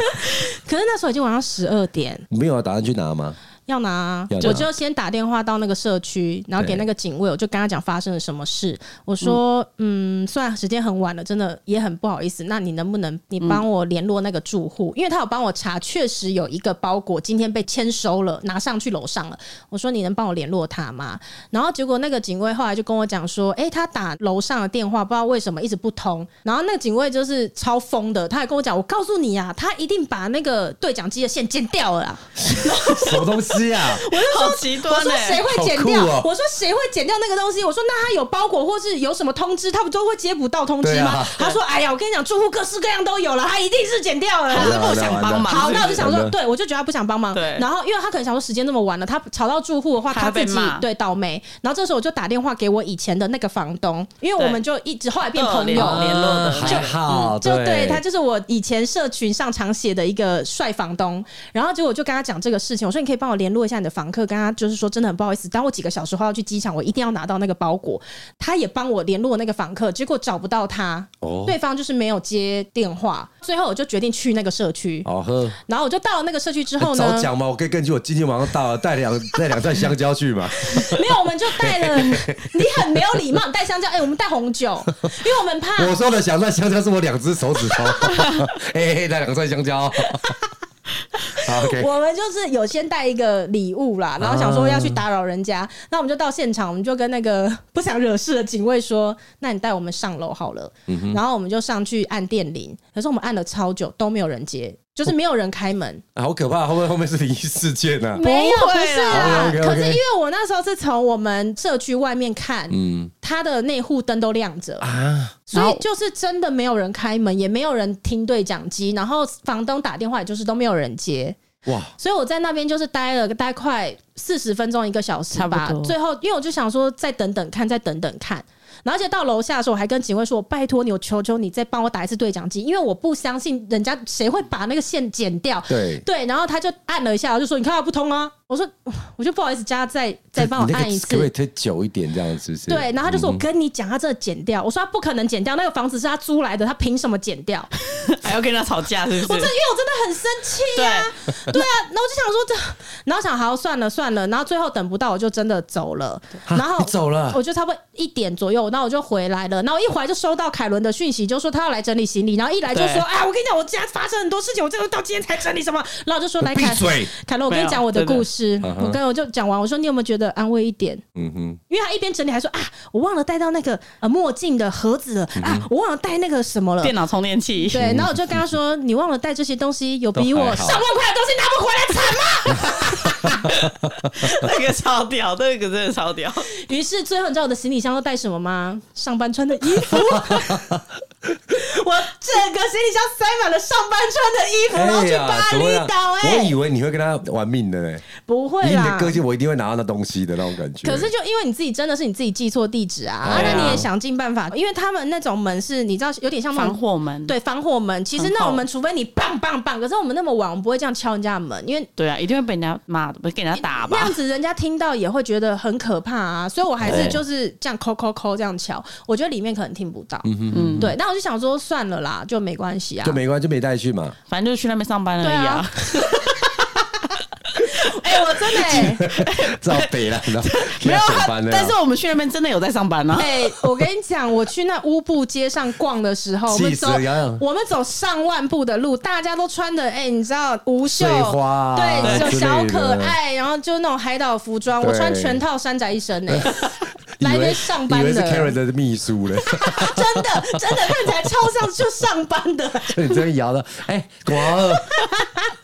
Speaker 2: 可是那时候已经晚上十二点，
Speaker 1: 你没有打算去拿吗？
Speaker 2: 要拿啊，
Speaker 1: 要拿
Speaker 2: 我就先打电话到那个社区，然后给那个警卫，我就跟他讲发生了什么事。我说，嗯，虽然时间很晚了，真的也很不好意思。那你能不
Speaker 1: 嗯
Speaker 2: 能你帮我联络那个住户？因为他有帮我查，确实有一个包裹今天被签收了，拿上去楼上了。我说你能帮我联络他吗？然后结果那个警卫后来就跟我讲说，诶，他打楼上的电话，不知道为什么一直不通。然后那个警卫就是超疯的，他还跟我讲，我告诉你啊，他一定把那个对讲机的线剪掉了啊啦。
Speaker 1: 什么东西啊？
Speaker 3: 好极
Speaker 2: 我
Speaker 3: 端
Speaker 2: 说
Speaker 3: 欸
Speaker 2: 谁会剪掉？
Speaker 1: 好酷哦
Speaker 2: 我说谁会剪掉那个东西？我说那他有包裹或是有什么通知，他不都会接不到通知
Speaker 1: 对
Speaker 2: 吗？
Speaker 1: 啊
Speaker 2: 他说：“哎呀，我跟你讲，住户各式各样都有了，他一定是剪掉了
Speaker 3: 他
Speaker 2: 啦。
Speaker 1: 好
Speaker 3: 是
Speaker 1: 的
Speaker 3: 不想帮忙。
Speaker 2: 好，
Speaker 3: 是不是
Speaker 2: 那我就想
Speaker 1: 好 [laughs]
Speaker 2: 说，
Speaker 1: 的
Speaker 2: 对我就觉得他不想帮忙。
Speaker 3: 对
Speaker 2: 然后因为他可能想说时间那么晚了，他吵到住户的话，
Speaker 3: 他
Speaker 2: 他
Speaker 3: 被
Speaker 2: 自己
Speaker 3: 骂
Speaker 2: 对倒霉。然后这时候我就打电话给我以前的那个房东，因为我们就一直后来变朋
Speaker 3: 对
Speaker 2: 友
Speaker 3: 有，联络的
Speaker 1: 啊还好，
Speaker 2: 就对他就是我以前社群上常写的一个帅房东，然后结果我就跟他讲这个事情，我说你可以帮我联络一下你的房客，跟他就是说真的很不好意思，当我几个小时后要去机场，我一定要拿到那个包裹。他也帮我联络那个房客，结果找不到他，
Speaker 1: 哦
Speaker 2: 对方就是没有接电话，最后我就决定去那个社区，
Speaker 1: 好喝。
Speaker 2: 然后我就到了那个社区之后
Speaker 1: 早
Speaker 2: 呢，
Speaker 1: 讲嘛，我可以根据我今天晚上到了带两带两串香蕉去嘛。
Speaker 2: 没有我们就带了， [laughs] 你很没有礼貌，你带香蕉，哎、我们带红酒，因为我们怕
Speaker 1: 我说的两串香蕉是我两只手指头，嘿嘿，带两串香蕉。好，OK。
Speaker 2: 我们就是有先带一个礼物
Speaker 1: 啊
Speaker 2: 啦，然后想说要去打扰人家，那我们就到现场，我们就跟那个 [laughs] 不想惹事的警卫说：“那你带我们上楼好了。
Speaker 1: 嗯
Speaker 2: 然后我们就上去按电铃，可是我们按了超久都没有人接，就是没有人开门。
Speaker 1: 好可怕！会不会后面是灵异事件呢、啊？
Speaker 2: 没有，
Speaker 3: 不
Speaker 2: 不
Speaker 3: 会
Speaker 2: 是
Speaker 1: 啦
Speaker 2: 啊。
Speaker 1: OK，OK，OK
Speaker 2: 可是因为我那时候是从我们社区外面看，
Speaker 1: 嗯
Speaker 2: 它的内户灯都亮着，
Speaker 1: 啊，
Speaker 2: 所以就是真的没有人开门，也没有人听对讲机，然后房东打电话也就是都没有人接。
Speaker 1: 哇，
Speaker 2: 所以我在那边就是待了待快四十分钟一个小时
Speaker 3: 差
Speaker 2: 吧
Speaker 3: 不多。
Speaker 2: 最后，因为我就想说再等等看，再等等看。然后，而且到楼下的时候，我还跟警卫说：“我拜托你，我求求你，再帮我打一次对讲机，因为我不相信人家谁会把那个线剪掉。”
Speaker 1: 对
Speaker 2: 对，然后他就按了一下，我就说：“你看它不通啊！”我说：“我就不好意思，叫他再再帮
Speaker 1: 你
Speaker 2: 我
Speaker 1: 那个
Speaker 2: 按一
Speaker 1: 可不可以嗯
Speaker 2: 次。
Speaker 1: 推久一点？这样是不”是？
Speaker 2: 对，然后他就说：“我跟你讲，他真的剪掉。”我说：“他不可能剪掉，那个房子是他租来的，他凭什么剪掉？”
Speaker 3: 还要跟人家吵架，是不
Speaker 2: 我
Speaker 3: 是
Speaker 2: 真？因为我真的很生气啊， [laughs] 对啊，然后我就想说这，然后想好算了算了，然后最后等不到我就真的走了，
Speaker 1: 啊
Speaker 2: 然后
Speaker 1: 你走了
Speaker 2: 我就差不多一点左右，然后我就回来了，然后一回来就收到凯伦的讯息，就说他要来整理行李，然后一来就
Speaker 3: 对
Speaker 2: 说啊，我跟你讲，我家发生很多事情，我这个到今天才整理什么，然后我就说来凯
Speaker 1: [laughs] 闭嘴
Speaker 2: 凯伦，我跟你
Speaker 3: 没有
Speaker 2: 讲我的
Speaker 3: 真的
Speaker 2: 故事，
Speaker 1: 嗯哼
Speaker 2: 我跟我就讲完，我说你有没有觉得安慰一点？
Speaker 1: 嗯哼，
Speaker 2: 因为他一边整理还说啊，我忘了带到那个呃墨镜的盒子了
Speaker 1: 嗯
Speaker 2: 啊，我忘了带那个什么了，
Speaker 3: 电脑充电器，
Speaker 2: 对，然后我就跟他说：“你忘了带这些东西，有比我
Speaker 1: 都还好
Speaker 2: 上万块的东西拿不回来惨吗
Speaker 3: [laughs] 那个超屌，那个真的超屌。？”
Speaker 2: 于是最后你知道我的行李箱都带什么吗？上班穿的衣服。我整个行李箱塞满了上班穿的衣服，然后去巴
Speaker 1: 哎怎么
Speaker 2: 厘
Speaker 1: 样
Speaker 2: 岛、
Speaker 1: 我以
Speaker 2: 哎，
Speaker 1: 为你会跟他玩命的呢，
Speaker 2: 不会
Speaker 1: 以你的
Speaker 2: 啦。
Speaker 1: 个性，我一定会拿到那东西的那种感觉。
Speaker 2: 可是就因为你自己真的是你自己记错地址啊，啊
Speaker 1: 哎呀
Speaker 2: 那你也想尽办法，因为他们那种门是你知道有点像那种
Speaker 3: 防火门，
Speaker 2: 对防火门，其实那
Speaker 3: 很厚
Speaker 2: 种门除非你棒棒棒，可是我们那么晚，我们不会这样敲人家的门，因为
Speaker 3: 对啊，一定会被人家骂的，不是给人家打
Speaker 2: 那
Speaker 3: 吧
Speaker 2: 样？子人家听到也会觉得很可怕啊，所以我还是
Speaker 3: 对
Speaker 2: 就是这样抠抠抠这样敲，我觉得里面可能听不到。
Speaker 3: 嗯，
Speaker 2: 对，那我就想说算了啦，就没关系啊
Speaker 1: 就。没关系，就没带去嘛。
Speaker 2: [laughs]
Speaker 3: 反正就是去那边上班而已啊。
Speaker 2: 哎、我
Speaker 1: [laughs]
Speaker 2: 真的、欸，
Speaker 1: 照北
Speaker 2: [laughs]
Speaker 1: 了，然后给
Speaker 3: 没
Speaker 1: 他上
Speaker 3: 有啊
Speaker 1: 班，了。
Speaker 3: 但是我们去那边真的有在上班啊。
Speaker 2: 哎、我跟你讲，我去那乌布街上逛的时候，我们
Speaker 1: 气死
Speaker 2: 走
Speaker 1: 了洋洋
Speaker 2: 我们走上万步的路，大家都穿的哎、你知道无袖
Speaker 1: 碎花啊
Speaker 2: 对，有
Speaker 1: 之类
Speaker 2: 小
Speaker 1: 的
Speaker 2: 可爱，然后就那种海岛服装，我
Speaker 1: 对
Speaker 2: 穿全套山寨一身呢、
Speaker 1: [laughs] 以
Speaker 2: 来
Speaker 1: 为
Speaker 2: 这边上班
Speaker 1: 以为是
Speaker 2: 的
Speaker 1: Karen 的秘书
Speaker 2: [laughs]
Speaker 1: 了，
Speaker 2: 真的真的看起来超像去上班的、
Speaker 1: 你这边摇的，哎，广二，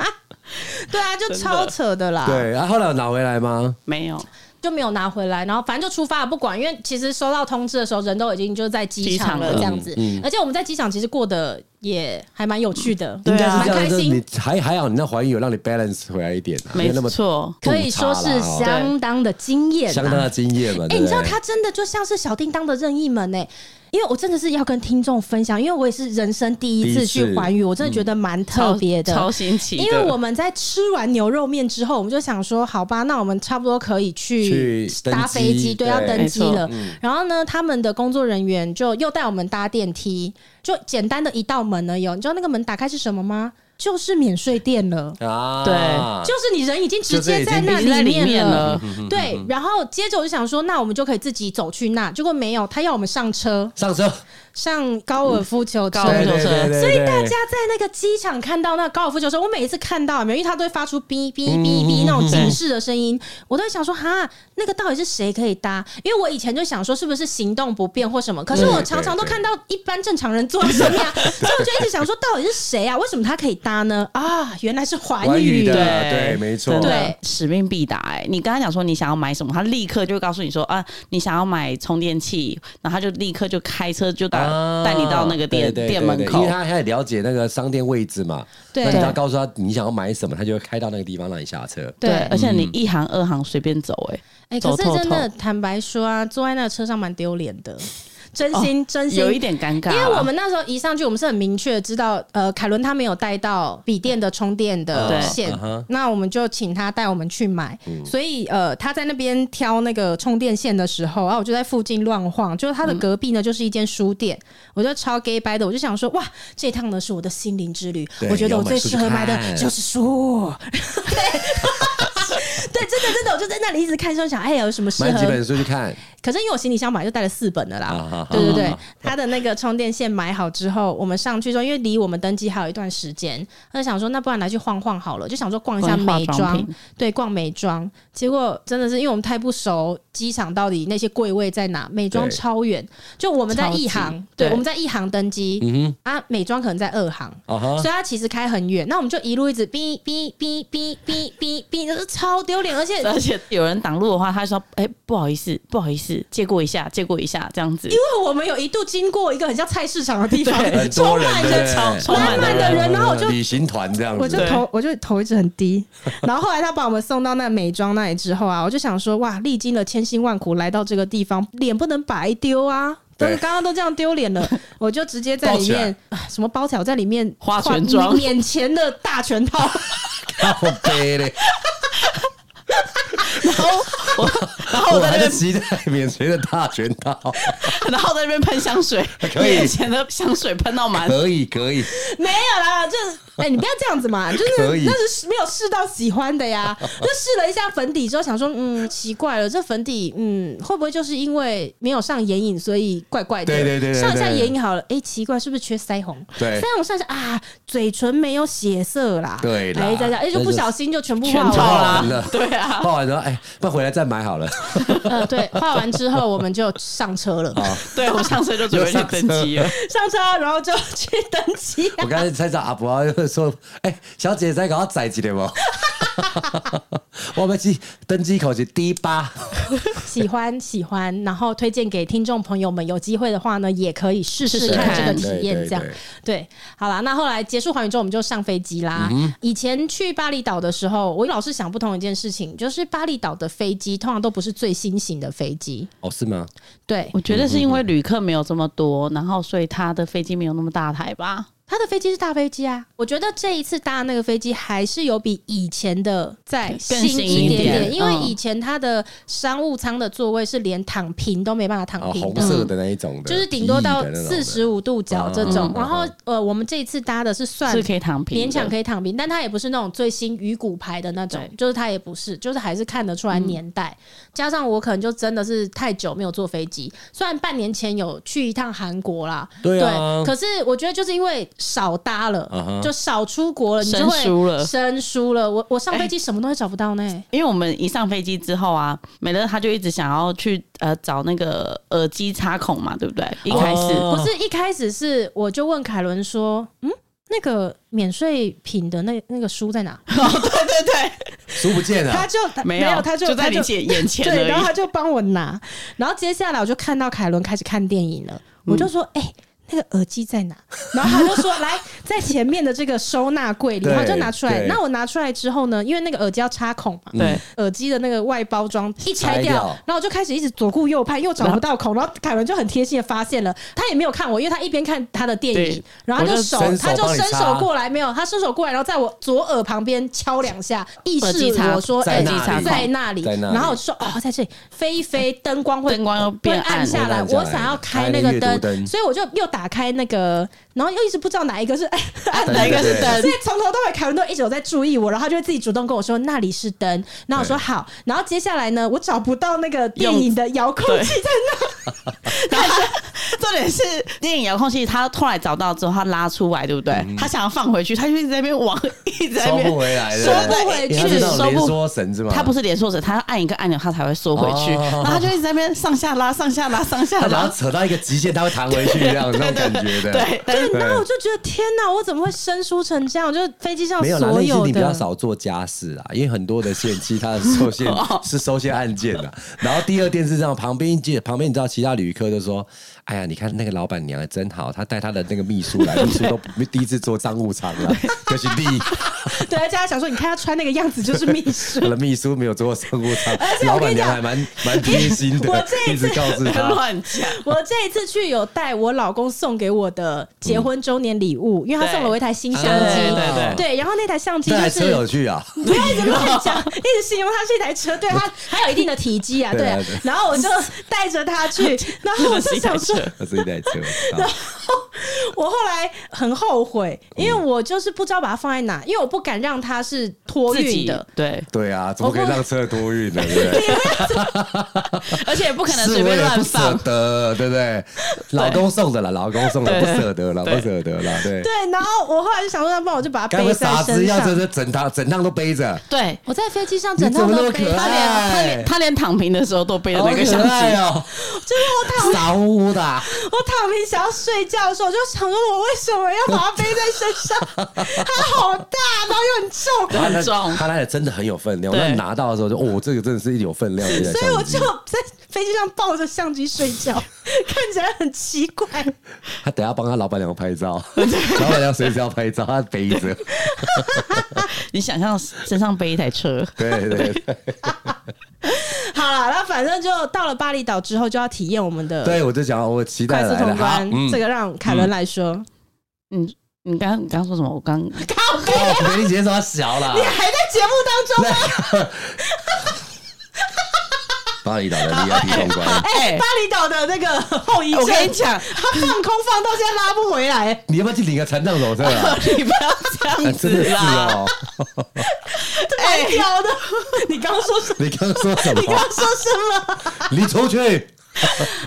Speaker 2: [laughs] 对啊，就
Speaker 3: 真的
Speaker 2: 超扯的啦。
Speaker 1: 对，啊然后后来有拿回来吗？
Speaker 3: 没有，
Speaker 2: 就没有拿回来，然后反正就出发了，不管，因为其实收到通知的时候，人都已经就在机场了，嗯
Speaker 3: 机场了
Speaker 2: 这样子。而且我们在机场其实过得也还蛮有趣的，
Speaker 3: 对
Speaker 1: 应该
Speaker 3: 啊
Speaker 1: 是
Speaker 2: 蛮
Speaker 1: 这样，
Speaker 2: 开
Speaker 1: 就是
Speaker 2: 心
Speaker 1: 你。还还好，你那怀孕有让你 balance 回来一点、啊，没
Speaker 3: 没
Speaker 1: 有那么
Speaker 3: 错，
Speaker 2: 可以说
Speaker 1: 洞察
Speaker 2: 是
Speaker 1: 啦哦哦
Speaker 2: 相当的惊艳、啊，
Speaker 1: 相当的经验嘛。
Speaker 2: 哎、
Speaker 1: 对
Speaker 2: 你
Speaker 1: 不
Speaker 2: 知道
Speaker 1: 对
Speaker 2: 他真的就像是小叮当的任意门呢、哎因为我真的是要跟听众分享，因为我也是人生第一次去环宇，我真的觉得蛮特别的。
Speaker 3: 超超新奇的。
Speaker 2: 因为我们在吃完牛肉面之后，我们就想说，好吧，那我们差不多可以去
Speaker 1: 去登
Speaker 2: 搭
Speaker 1: 机
Speaker 2: 飞机，对，要
Speaker 1: 对
Speaker 2: 登机
Speaker 3: 没错嗯
Speaker 2: 了。然后呢，他们的工作人员就又带我们搭电梯，就简单的一道门而已哦。你知道那个门打开是什么吗？就是免税店了。
Speaker 1: 啊，
Speaker 3: 对
Speaker 2: 就是你人已经直
Speaker 1: 就是已
Speaker 2: 接
Speaker 1: 经
Speaker 2: 在那
Speaker 3: 已经在里
Speaker 2: 面
Speaker 3: 面了嗯
Speaker 2: 对，然后接着我就想说，那我们就可以自己走去那，结果没有，他要我们上车，
Speaker 1: 上车，
Speaker 2: 上高尔夫球车。
Speaker 3: 高
Speaker 1: 对
Speaker 3: 尔夫
Speaker 1: 对
Speaker 3: 球车
Speaker 1: 对对，
Speaker 2: 所以大
Speaker 1: 对
Speaker 2: 家在那个机场看到那高尔夫球车，我每一次看到，有没有因为它都会发出哔
Speaker 1: 嗯
Speaker 2: 哔哔哔那种警示的声音，我都会想说，哈，那个到底是谁可以搭？因为我以前就想说，是不是行动不便或什么？可是我常常都看到一般正常人坐在上面啊，所以我就一直想说，到底是谁啊？为什么他可以搭呢？啊，原来是环
Speaker 1: 关
Speaker 2: 宇
Speaker 1: 羽的，
Speaker 3: 对
Speaker 1: 对，没错，
Speaker 3: 真的
Speaker 2: 对
Speaker 3: 使命必达、哎，你刚刚讲说你想要买什么，他立刻就告诉你说啊，你想要买充电器，然后他就立刻就开车就带
Speaker 1: 啊
Speaker 3: 带、你到那个
Speaker 1: 对
Speaker 3: 店
Speaker 1: 对对
Speaker 3: 店门
Speaker 1: 对
Speaker 3: 口
Speaker 1: 因为。他他也了解那个商店位置嘛，
Speaker 2: 对
Speaker 1: 那你只要告诉他你想要买什么，他就会开到那个地方让你下车。
Speaker 2: 对
Speaker 3: 而且你一行二行随便走、欸
Speaker 2: 哎、
Speaker 3: 走
Speaker 2: 可是
Speaker 3: 透
Speaker 2: 真的
Speaker 3: 透
Speaker 2: 坦白说啊，坐在那个车上蛮丢脸的，真心、
Speaker 3: 哎，
Speaker 2: 真心
Speaker 3: 有一。点尴尬
Speaker 2: 嗯
Speaker 1: 啊
Speaker 2: 因
Speaker 3: 啦，
Speaker 2: 为我们那时候一上去，我们是很明确知道，呃，凯伦他没有带到笔电的充电的
Speaker 3: 对
Speaker 2: 线
Speaker 1: 嗯哼，嗯
Speaker 2: 那我们就请他带我们去买。所以，呃，他在那边挑那个充电线的时候，啊然后我就在附近乱晃，就是他的隔壁呢就是一间书店，
Speaker 1: 嗯
Speaker 2: 我就超 gay 掰的，我就想说，哇，这趟呢是我的心灵之旅，
Speaker 1: 对
Speaker 2: 我觉得我
Speaker 1: 要买
Speaker 2: 最
Speaker 1: 书
Speaker 2: 适
Speaker 1: 去
Speaker 2: 合买的
Speaker 1: 看
Speaker 2: 就是书。 [laughs] 对， [laughs] 真的真的，我就在那里一直看，就想，哎、有什么适
Speaker 1: 买几
Speaker 2: 合
Speaker 1: 本书去看，
Speaker 2: 可是因为我行李箱本来就带了四本的啦，
Speaker 1: 啊
Speaker 2: 对对对，他的那个充电线买好之后，我们上去之后，因为离我们登机还有一段时间，他就想说，那不然来去晃晃好了，就想说逛一下
Speaker 3: 逛化
Speaker 2: 美
Speaker 3: 妆
Speaker 2: 妆
Speaker 3: 品，
Speaker 2: 对，逛美妆。结果真的是因为我们太不熟机场到底那些柜位在哪，美妆
Speaker 1: 对
Speaker 2: 超远，就我们在
Speaker 3: 超级
Speaker 2: 一行，对，
Speaker 3: 对
Speaker 2: 我们在一行登机，啊，美妆可能在二行。
Speaker 1: 嗯啊哈
Speaker 2: 所以，他其实开很远，那我们就一路一直哔哔哔哔哔哔哔，就是超丢脸，而且
Speaker 3: 而且有人挡路的话，他说：“哎、不好意思，不好意思，借过一下，借过一下，这样子。”
Speaker 2: 因为我们有一度经过一个很像菜市场的地方， [laughs]
Speaker 1: 很
Speaker 2: 充
Speaker 1: 多人
Speaker 2: 满着
Speaker 1: 对呃
Speaker 3: 超充
Speaker 2: 满满的人然后我就
Speaker 1: 旅行团这样
Speaker 2: 我就
Speaker 1: 子，
Speaker 2: 头我就头一直很低，然后后来他把我们送到那美妆那里之后啊，我就想说哇，历经了千辛万苦来到这个地方，脸不能白丢啊。都是
Speaker 1: 对
Speaker 2: 刚刚都这样丢脸了，
Speaker 1: [laughs]
Speaker 2: 我就直接在里面啊什么包起来，我在里面
Speaker 3: 花全妆
Speaker 2: 免钱的大全套，
Speaker 1: 靠背嘞，
Speaker 3: 然
Speaker 2: [laughs]
Speaker 3: 后我，然后我
Speaker 1: 我
Speaker 3: 在
Speaker 1: 还
Speaker 3: 那边
Speaker 1: 是期待免税的大全套，
Speaker 3: 然后在那边喷香水，
Speaker 1: 可以
Speaker 3: 眼前的香水喷到满，
Speaker 1: 可以可以，
Speaker 2: [laughs] 没有啦，就是哎、你不要这样子
Speaker 1: [laughs]
Speaker 2: 嘛，就是
Speaker 1: 可以
Speaker 2: 那是没有试到喜欢
Speaker 1: [laughs]
Speaker 2: 的呀。就试了一下粉底之后，想说嗯，奇怪了，这粉底嗯，会不会就是因为没有上眼影，所以怪怪的？
Speaker 1: 对对对对对
Speaker 2: 上一下眼影好了，哎、奇怪，是不是缺腮红？
Speaker 1: 对
Speaker 2: 腮红上一下啊，嘴唇没有血色啦，
Speaker 1: 对啦
Speaker 2: 哎、再加哎、
Speaker 1: 那
Speaker 2: 就
Speaker 1: 就
Speaker 2: 不小心就全部
Speaker 3: 全
Speaker 2: 画
Speaker 3: 套
Speaker 2: 完了。
Speaker 1: 完
Speaker 3: 啦
Speaker 1: 了，
Speaker 3: 对啊，
Speaker 1: 报完之后，哎，不然回来再买好了，
Speaker 2: 呃，对，画完之后我们就上车了，
Speaker 3: 对我上车就准备去登机了，
Speaker 2: 上车然后就去登机、啊
Speaker 1: 我刚才猜到阿婆又说：“哎、小姐再给我载一个无？”我们去登机口是 D 八，
Speaker 2: 喜欢喜欢，然后推荐给听众朋友们，有机会的话呢，也可以试试
Speaker 3: 试试
Speaker 2: 看
Speaker 3: 看
Speaker 2: 这个体
Speaker 1: 对
Speaker 2: 验。
Speaker 1: 对
Speaker 2: 这样
Speaker 1: 对
Speaker 2: 对，好啦，那后来结束环宇之后，我们就上飞机啦。以前去巴厘岛的时候，我老是想不通一件事情，就是巴厘岛的飞机通常都不是最新型的飞机，
Speaker 1: 哦，是吗？
Speaker 2: 对，
Speaker 3: 我觉得是因为旅客没有这么多，然后所以他的飞机没有那么大台吧。
Speaker 2: 它的飞机是大飞机啊。我觉得这一次搭那个飞机还是有比以前的再
Speaker 3: 更新
Speaker 2: 一
Speaker 1: 一
Speaker 2: 点
Speaker 1: 点
Speaker 2: 点，因为
Speaker 3: 嗯
Speaker 2: 以前它的商务舱的座位是连躺平都没办法躺
Speaker 1: 哦，
Speaker 2: 平的，
Speaker 1: 红色的那一种的，
Speaker 2: 就是顶多到
Speaker 1: 皮的那啊嗯种
Speaker 2: 四
Speaker 1: 的
Speaker 2: 十五度角这种。然后呃，我们这一次搭的是算
Speaker 3: 是可以躺平的，
Speaker 2: 勉强可以躺平，但它也不是那种最新鱼骨牌的那种，
Speaker 3: 对嗯
Speaker 2: 就是它也不是，就是还是看得出来年代。加上我可能就真的是太久没有坐飞机，虽然半年前有去一趟韩国啦，
Speaker 1: 对啊
Speaker 2: 可是我觉得就是因为少搭了
Speaker 1: 嗯哼
Speaker 2: 就少出国了，你就
Speaker 3: 生疏
Speaker 2: 会
Speaker 3: 了哎
Speaker 2: 生疏了。我我上飞机什么东西找不到呢？
Speaker 3: 因为我们一上飞机之后啊，美乐他就一直想要去呃找那个耳机插孔嘛，对不对？一开始、
Speaker 1: 哦
Speaker 2: 不是一开始是我就问凯伦说，嗯，那个免税品的那那个书在哪？
Speaker 1: 书不见啊
Speaker 2: 他
Speaker 1: 了，
Speaker 2: 就
Speaker 3: 啊没
Speaker 2: 有，他
Speaker 3: 就
Speaker 2: 他
Speaker 3: 在你眼眼前
Speaker 2: 对，然后
Speaker 3: 而嗯嗯
Speaker 2: 他就帮我拿，然后接下来我就看到凯伦开始看电影了，我就说，哎、那个耳机在哪？然后他就说来，在前面的这个收纳柜
Speaker 3: [laughs]
Speaker 2: 里，
Speaker 1: 对
Speaker 2: 然后就拿出来。
Speaker 1: 对
Speaker 2: 那我拿出来之后呢，因为那个耳机要插孔
Speaker 1: 嗯
Speaker 2: 嘛，
Speaker 3: 对，
Speaker 2: 耳机的那个外包装一拆
Speaker 1: 拆掉
Speaker 2: 掉，然后我就开始一直左顾右盼，又找不到孔，然后凯文就很贴心的发现了，他也没有看我，因为他一边看他的电影
Speaker 3: 对，
Speaker 2: 然后他
Speaker 1: 我
Speaker 2: 就
Speaker 1: 就
Speaker 2: 手
Speaker 1: 伸手
Speaker 2: 他就
Speaker 1: 帮你
Speaker 2: 伸手
Speaker 1: 插
Speaker 2: 过来，没有，他伸手过来，然后在我左耳旁边敲两下，意
Speaker 3: 耳
Speaker 2: 识
Speaker 3: 机插
Speaker 2: 我说
Speaker 1: 在
Speaker 2: 哎
Speaker 1: 那里
Speaker 2: 在那里，
Speaker 1: 在那里
Speaker 2: 然后我就说哦，在这里，飞一飞，灯光会
Speaker 3: 灯光又变
Speaker 2: 会暗
Speaker 3: 暗
Speaker 2: 下
Speaker 1: 会
Speaker 2: 来，
Speaker 1: 暗下来
Speaker 2: 我想要开
Speaker 1: 开
Speaker 2: 那
Speaker 1: 那
Speaker 2: 个
Speaker 1: 阅读
Speaker 2: 灯，
Speaker 1: 灯
Speaker 2: 所以我就又打开那个，然后又一直不知道哪一个是哎按
Speaker 1: 灯
Speaker 2: 哪一个是
Speaker 1: 对
Speaker 2: 灯，所以从头到尾凯文都一直有在注意我，然后他就会自己主动跟我说那里是灯，然后我说好，然后接下来呢，我找不到那个电影的遥控器在
Speaker 3: 但是重点是电影遥控器，他后来找到之后，他拉出来，对不对？他想要放回去，他就一直在那边往，一直在那
Speaker 1: 嗯收
Speaker 3: 边
Speaker 1: 不回来的，
Speaker 3: 收
Speaker 2: 不回
Speaker 1: 你要
Speaker 2: 去
Speaker 1: 知
Speaker 3: 去，
Speaker 1: 道
Speaker 3: 收
Speaker 1: 连
Speaker 3: 不。
Speaker 1: 缩绳子吗？
Speaker 3: 他不是连锁者，他要按一个按钮，他才会缩回去。
Speaker 1: 嗯哦
Speaker 3: 然后他就一直在那边上下拉，上下拉，上下
Speaker 1: 他把
Speaker 3: 拉
Speaker 1: 它。扯到一个极限，他会弹回去这 [laughs] 样啊那种感觉的。
Speaker 3: [laughs] 对，
Speaker 1: [laughs]
Speaker 3: 但是
Speaker 2: 那，然后我就觉得天哪，我怎么会生疏成这样？我就飞机上
Speaker 1: 没有啦，
Speaker 2: 所
Speaker 1: 那是
Speaker 2: 有
Speaker 1: 你比较
Speaker 2: 的。
Speaker 1: 少做家事啦，因为很多的线其实它的受
Speaker 2: [laughs]
Speaker 1: 限
Speaker 2: 哦
Speaker 1: 是收线案件的。然后第二件事这样，旁边一件旁边你知道其他旅客就说：“哎呀，你看那个老板娘真好，她带她的那个秘书来，秘
Speaker 2: [laughs]
Speaker 1: 书都不第一次做商务舱了，可惜第一，
Speaker 2: 对，而且他想说，你看他穿那个样子就是秘书
Speaker 1: [laughs] 我。的秘书没有做过商务舱
Speaker 2: 而，且 [laughs] 我
Speaker 1: 老
Speaker 2: 跟
Speaker 1: 板
Speaker 2: 你讲
Speaker 1: 娘还蛮蛮贴心的，
Speaker 2: 我这一
Speaker 1: 一
Speaker 2: 次
Speaker 1: 直告诉她。”
Speaker 3: 乱讲。
Speaker 2: 我这一次去有带我老公送给我的结婚周年礼物，因为他送了我一台新相机，
Speaker 3: 对对对
Speaker 2: 对，然后那台相机
Speaker 1: 这
Speaker 2: 就
Speaker 1: 台
Speaker 2: 是
Speaker 1: 车有趣啊！
Speaker 2: 不要一直乱讲，一直形容它是一台车，对
Speaker 1: [laughs]
Speaker 2: 它还有一定的体积啊，
Speaker 1: 对
Speaker 2: 对
Speaker 1: 啊对。
Speaker 2: 然后我就带着它
Speaker 1: [laughs]
Speaker 2: 去，然后我
Speaker 3: 真的
Speaker 2: 就是
Speaker 3: 一台
Speaker 2: 想说，
Speaker 3: 车
Speaker 1: 这是一台车，啊我知
Speaker 2: [laughs]
Speaker 1: 道
Speaker 2: 我后来很后悔，因为我就是不知道把它放在哪，因为我不敢让它是托
Speaker 3: 自
Speaker 2: 运
Speaker 3: 己
Speaker 2: 的。
Speaker 3: 对，
Speaker 1: 对啊，怎么可以让车托运呢？对不对？
Speaker 3: [laughs] 而且也不可能
Speaker 1: 是
Speaker 3: 随
Speaker 1: 我
Speaker 3: 便
Speaker 1: 也
Speaker 3: 乱
Speaker 1: 不舍
Speaker 3: 放。
Speaker 1: 得，对不对？老公送的了，老公送的，
Speaker 3: 对
Speaker 1: 不舍得了，不
Speaker 3: 对
Speaker 1: 舍得了，对。
Speaker 2: 对，然后我后来就想说，那不然我就把它
Speaker 1: 该不
Speaker 2: 背
Speaker 1: 会
Speaker 2: 在
Speaker 1: 傻子
Speaker 2: 身
Speaker 1: 要真
Speaker 2: 上。
Speaker 1: 的整趟整趟都背着，
Speaker 3: 对，
Speaker 2: 我在飞机上
Speaker 1: 你
Speaker 2: 整
Speaker 1: 怎
Speaker 2: 套
Speaker 1: 么那
Speaker 2: 都
Speaker 1: 么
Speaker 2: 背
Speaker 1: 可，
Speaker 2: 它
Speaker 1: 爱啊
Speaker 2: 连
Speaker 3: 他连他连躺平的时候都背着那个相
Speaker 1: 好可爱
Speaker 3: 机。
Speaker 1: 哎哦，
Speaker 2: 就是我躺
Speaker 1: 傻乎乎的啊，
Speaker 2: 我躺平想要睡觉的时候，我就想说，我为什么要把它背在身上？它好大，然后又很重，
Speaker 3: 对很重
Speaker 1: 他那他那个真的很有分量，
Speaker 3: 对
Speaker 1: 那拿到的时候就哦，这个真的是有分量的一台
Speaker 2: [laughs] 所以我
Speaker 1: 相
Speaker 2: 就
Speaker 1: 机。
Speaker 2: 在飞机上抱着相机睡觉， [laughs] 看起来很奇怪。
Speaker 1: 他等下帮他老板娘拍照，老板娘随时要拍照，他背着，
Speaker 3: 你想象身上背一台车，
Speaker 1: 对对对。
Speaker 2: 好了，那反正就到了巴厘岛之后，就要体验我们的
Speaker 1: 对，我就讲我期
Speaker 2: 快
Speaker 1: 待
Speaker 2: 速
Speaker 1: 来了，好
Speaker 2: 通关，。
Speaker 1: 嗯
Speaker 2: 这，个让凯伦来说。
Speaker 3: 你你刚你刚说什么？我 [laughs] 刚
Speaker 2: 靠背，
Speaker 1: 哦，美丽姐说她小啦
Speaker 2: 你，还在节目当中？
Speaker 1: 巴厘岛的 VIP 通
Speaker 3: [laughs]
Speaker 1: 关。
Speaker 3: 哎
Speaker 2: 巴厘岛的那个后遗症，
Speaker 3: 我跟你讲
Speaker 2: 他放空放到现在拉不回来。
Speaker 1: 你要不要去领个残障手册啊？
Speaker 3: 你不要这样
Speaker 1: 哎真的
Speaker 3: 子
Speaker 1: 是
Speaker 3: 啦！
Speaker 1: 哦，
Speaker 2: 太屌的！你刚刚说什么？
Speaker 1: 你刚刚说什
Speaker 2: 你刚
Speaker 1: 么？
Speaker 2: 刚说什么？
Speaker 1: 你出去！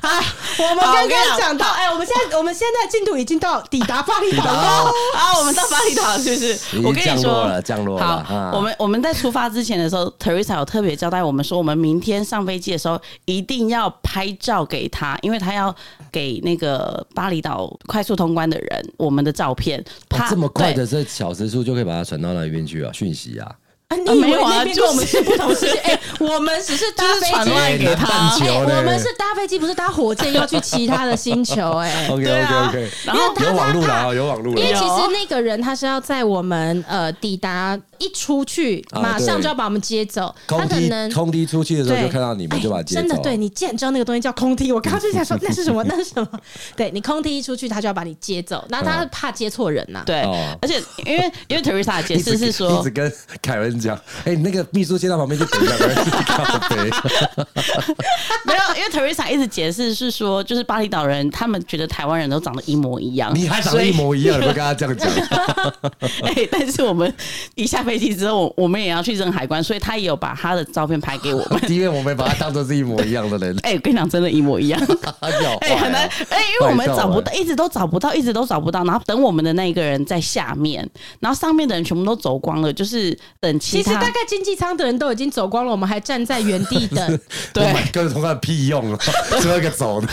Speaker 2: 哎，我们
Speaker 3: 好
Speaker 2: 刚
Speaker 3: 我跟你
Speaker 2: 刚
Speaker 3: 讲
Speaker 2: 讲到，哎，我们现在我们现在进度已经到抵达巴厘岛
Speaker 1: 抵
Speaker 2: 了
Speaker 1: 达。
Speaker 3: 啊，我们到巴厘岛是不是？
Speaker 1: 已
Speaker 3: 我
Speaker 1: 经
Speaker 3: 跟
Speaker 1: 降
Speaker 3: 你
Speaker 1: 落
Speaker 3: 说
Speaker 1: 了，降落了啊
Speaker 3: 好，我们我们在出发之前的时候，Teresa 有特别交代我们说，我们明天上飞机的时候一定要拍照给他，因为他要给那个巴厘岛快速通关的人我们的照片。怕
Speaker 1: 哦这么快
Speaker 3: 对
Speaker 1: 的这小时数就可以把它传到那边去啊，讯息啊，
Speaker 2: 啊，你
Speaker 3: 啊
Speaker 2: 以为
Speaker 3: 没有啊
Speaker 2: 那边跟
Speaker 3: 就是
Speaker 2: 我们是不同世界？哎、我们只是搭
Speaker 3: 就是
Speaker 2: 飞
Speaker 3: 传
Speaker 2: 机，
Speaker 3: 外给
Speaker 1: 哎南
Speaker 3: 他
Speaker 1: 半球
Speaker 2: 哎、
Speaker 1: 嘞。
Speaker 2: 我们是搭飞机，不是搭火箭要去其他的星球、哎
Speaker 1: OK
Speaker 3: 对
Speaker 1: OK
Speaker 3: 啊
Speaker 1: OK，
Speaker 3: 然后
Speaker 1: 有网路了啊，有网路
Speaker 2: 因为
Speaker 1: 了
Speaker 2: 其
Speaker 1: 啊。
Speaker 2: 实那个人他是要在我们呃抵达一出去，
Speaker 1: 啊
Speaker 2: 马上
Speaker 1: 对
Speaker 2: 就要把我们接走，他
Speaker 1: 空
Speaker 2: 可
Speaker 1: 梯
Speaker 2: 能
Speaker 1: 空梯出去的时候
Speaker 2: 对
Speaker 1: 就看到你们就把它接
Speaker 2: 哎真的
Speaker 1: 走，啊
Speaker 2: 对你既然知道那个东西叫空梯，我刚刚就想说那是
Speaker 1: [laughs]
Speaker 2: 什么，那是什么？对你空梯一出去，他就要把你接走，那
Speaker 1: 嗯
Speaker 2: 他怕接错人呐、
Speaker 3: 对
Speaker 1: 哦，
Speaker 3: 而且因为因为 Teresa 的解
Speaker 1: 一直
Speaker 3: 释是
Speaker 1: [laughs] 一
Speaker 3: 说
Speaker 1: 直，跟凯文讲，哎，那个秘书接到旁边就等两个人去咖啡，
Speaker 3: 没有，因为 Teresa 一直解释是说，就是巴厘岛人他们觉得台湾人都长得一模一样，
Speaker 1: 你还长得一模一样，你不跟他这样讲，
Speaker 3: [laughs] 哎、但是我们一下飞机之后，我我们也要去扔海关，所以他也有把他的照片拍给我们。 [laughs]
Speaker 1: 因为我们把他当做是一模一样的人，
Speaker 3: 哎、我跟你讲，真的，一模
Speaker 1: [laughs]
Speaker 3: 一样。
Speaker 1: 他要啊
Speaker 3: 哎、很难，哎、因为我们找不到，一直都找不到，一直都找不到。然后等我们的那一个人在下面，然后上面的人全部都走光了，就是等其
Speaker 2: 其实
Speaker 3: 他
Speaker 2: 大概经济舱的人都已经走光了，我们还站在原地
Speaker 1: [laughs]
Speaker 2: 等。
Speaker 3: 对
Speaker 1: Oh my God，跟同伴屁用 [laughs] 了，最后一个走的。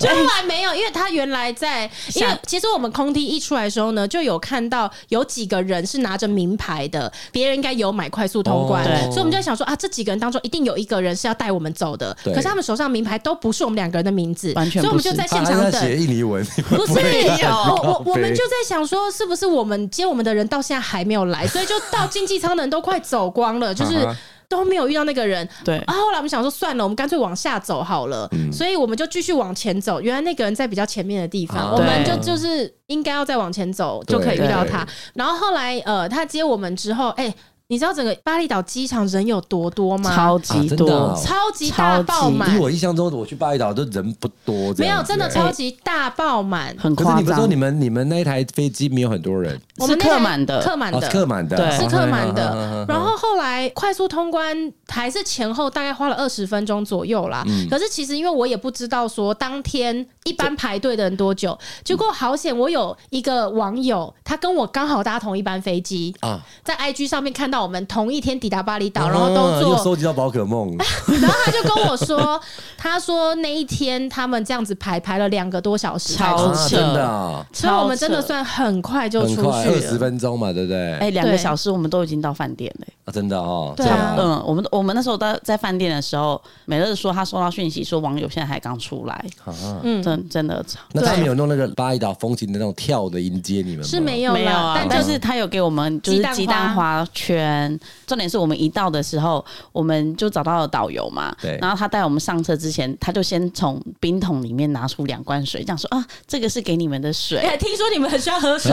Speaker 2: 就后来没有，因为他原来在，因为其实我们空梯一出来的时候呢，就有看到有几个人是拿着名牌的，别人应该有买快速通关，
Speaker 1: 哦对
Speaker 2: 所以我们就在想说啊，这几个人当中一定有一个人是要带我们走的，
Speaker 1: 对
Speaker 2: 可是他们手上名牌都不是我们两个人的名字，
Speaker 3: 完全
Speaker 2: 所以我们
Speaker 3: 不
Speaker 2: 就是在 [laughs] 现
Speaker 1: 他
Speaker 2: 场
Speaker 1: 他在
Speaker 2: 等。
Speaker 1: [laughs] 写印尼
Speaker 2: [laughs]
Speaker 1: 文，你们
Speaker 2: 不是，哎哦
Speaker 1: 会看 [laughs]
Speaker 2: 我我我们
Speaker 1: 背
Speaker 2: 就在想说，是不是我们接我们的人到现在还没有来，所以就到经济舱的人都快走光了，就是
Speaker 1: [laughs] 啊哈
Speaker 2: 都没有遇到那个人。
Speaker 3: 对
Speaker 2: 啊，后来我们想说算了，我们干脆往下走好了，
Speaker 1: 嗯
Speaker 2: 所以我们就继续往前走。原来那个人在比较前面的地方，
Speaker 1: 啊
Speaker 2: 我们就
Speaker 1: 对
Speaker 2: 就是应该要再往前走就可以遇到他
Speaker 1: 对。
Speaker 2: 然后后来呃，他接我们之后，哎、你知道整个巴厘岛机场人有多多吗？
Speaker 3: 超
Speaker 1: 啊真
Speaker 3: 级
Speaker 1: 的
Speaker 3: 多，
Speaker 1: 哦
Speaker 2: 超级大爆
Speaker 1: 以
Speaker 2: 满，
Speaker 1: 我印象中，我去巴厘岛都人不多，这
Speaker 2: 没有
Speaker 1: 样子
Speaker 2: 真的
Speaker 1: 欸
Speaker 2: 超级大爆满。
Speaker 3: 很
Speaker 1: 可是
Speaker 3: 夸
Speaker 1: 你们说
Speaker 3: 张
Speaker 1: 你。们你们那一台飞机没有很多人，
Speaker 2: 我们那
Speaker 3: 客
Speaker 2: 台
Speaker 3: 满的
Speaker 2: 客满
Speaker 1: 哦
Speaker 2: 的，
Speaker 1: 是客满的，
Speaker 3: 对
Speaker 2: [laughs] 是客满
Speaker 1: 啊啊啊啊 [laughs]
Speaker 2: 的
Speaker 1: 啊。
Speaker 2: 然后后来快速通关还是前后大概花了二十分钟左右啦。
Speaker 1: 嗯
Speaker 2: 可是其实因为我也不知道说当天一般排队的人多久，
Speaker 1: 嗯
Speaker 2: 结果好险我有一个网友，他跟我刚好搭同一班飞机，
Speaker 1: 啊，
Speaker 2: 在 IG 上面看到我们同一天抵达巴厘岛，
Speaker 1: 啊
Speaker 2: 然后哎都
Speaker 1: 又
Speaker 2: 坐
Speaker 1: 收集到宝可梦，
Speaker 2: 然后他就跟我说，他说那一天他们这样子排排了两个多小时才
Speaker 3: 超
Speaker 2: 出，
Speaker 1: 啊
Speaker 3: 扯
Speaker 1: 真的哦，
Speaker 2: 所以我们真的
Speaker 3: 超扯
Speaker 2: 算很快就
Speaker 1: 很
Speaker 2: 出去了，
Speaker 1: 快二十分钟嘛，对不对？
Speaker 3: 哎，两个
Speaker 2: 对
Speaker 3: 小时我们都已经到饭店了。
Speaker 1: 啊真的哦，
Speaker 2: 对啊
Speaker 1: 这样
Speaker 3: 嗯，我们我们那时候在在饭店的时候，美乐说他收到讯息说网友现在还刚出来，
Speaker 1: 啊
Speaker 2: 嗯
Speaker 3: 真真的超
Speaker 1: 那
Speaker 2: 对
Speaker 1: 他们有弄那个巴厘岛风情的那种跳的迎接你们吗？
Speaker 2: 是没有啦
Speaker 3: 没有啊，
Speaker 2: 但
Speaker 3: 但
Speaker 2: 就是
Speaker 3: 他有给我们就是
Speaker 2: 鸡
Speaker 3: 鸡
Speaker 2: 蛋
Speaker 3: 蛋
Speaker 2: 花
Speaker 3: 花圈。重点是我们一到的时候，我们就找到了导游嘛，
Speaker 1: 对
Speaker 3: 然后他带我们上车之前，他就先从冰桶里面拿出两罐水，这样说啊，这个是给你们的水。
Speaker 2: [laughs] 哎，听说你们很需要喝水，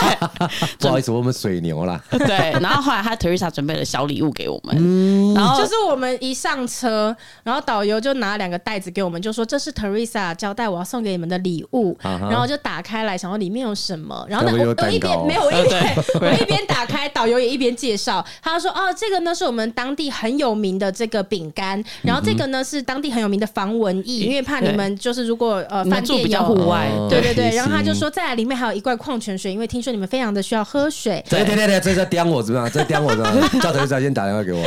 Speaker 2: [laughs]
Speaker 1: 不好意思，我们水牛啦，
Speaker 3: 对， [laughs] 然后后来他 Teresa 准备了小礼物给我们，
Speaker 1: 嗯
Speaker 3: 然后
Speaker 2: 就是我们一上车，然后导游就拿两个袋子给我们，就说这是 Teresa 交代我要送给你们的礼物，
Speaker 1: 啊哈
Speaker 2: 然后就打开来，想说里面有什么，然后呢，
Speaker 1: 该不会有
Speaker 2: 我我一
Speaker 1: 蛋糕
Speaker 2: 边没有，我一边
Speaker 3: 对
Speaker 2: [laughs] 我一边打开，导游也一边介绍，他说哦，这个呢是我们当地很有名的这个饼干，然后这个呢是当地很有名的防蚊液，因为怕你们就是如果呃
Speaker 3: 你
Speaker 2: 饭
Speaker 3: 们住
Speaker 2: 店
Speaker 3: 比较
Speaker 2: 有。
Speaker 3: 户外
Speaker 1: 哦，
Speaker 2: 对对对，然后他
Speaker 1: 提
Speaker 2: 就
Speaker 1: 醒
Speaker 2: 说，再来里面还有一罐矿泉水，因为听说你们非常的需要喝水，
Speaker 1: 对对对对，这在刁我怎么样？这刁我怎么样？叫德仔先打电话给我。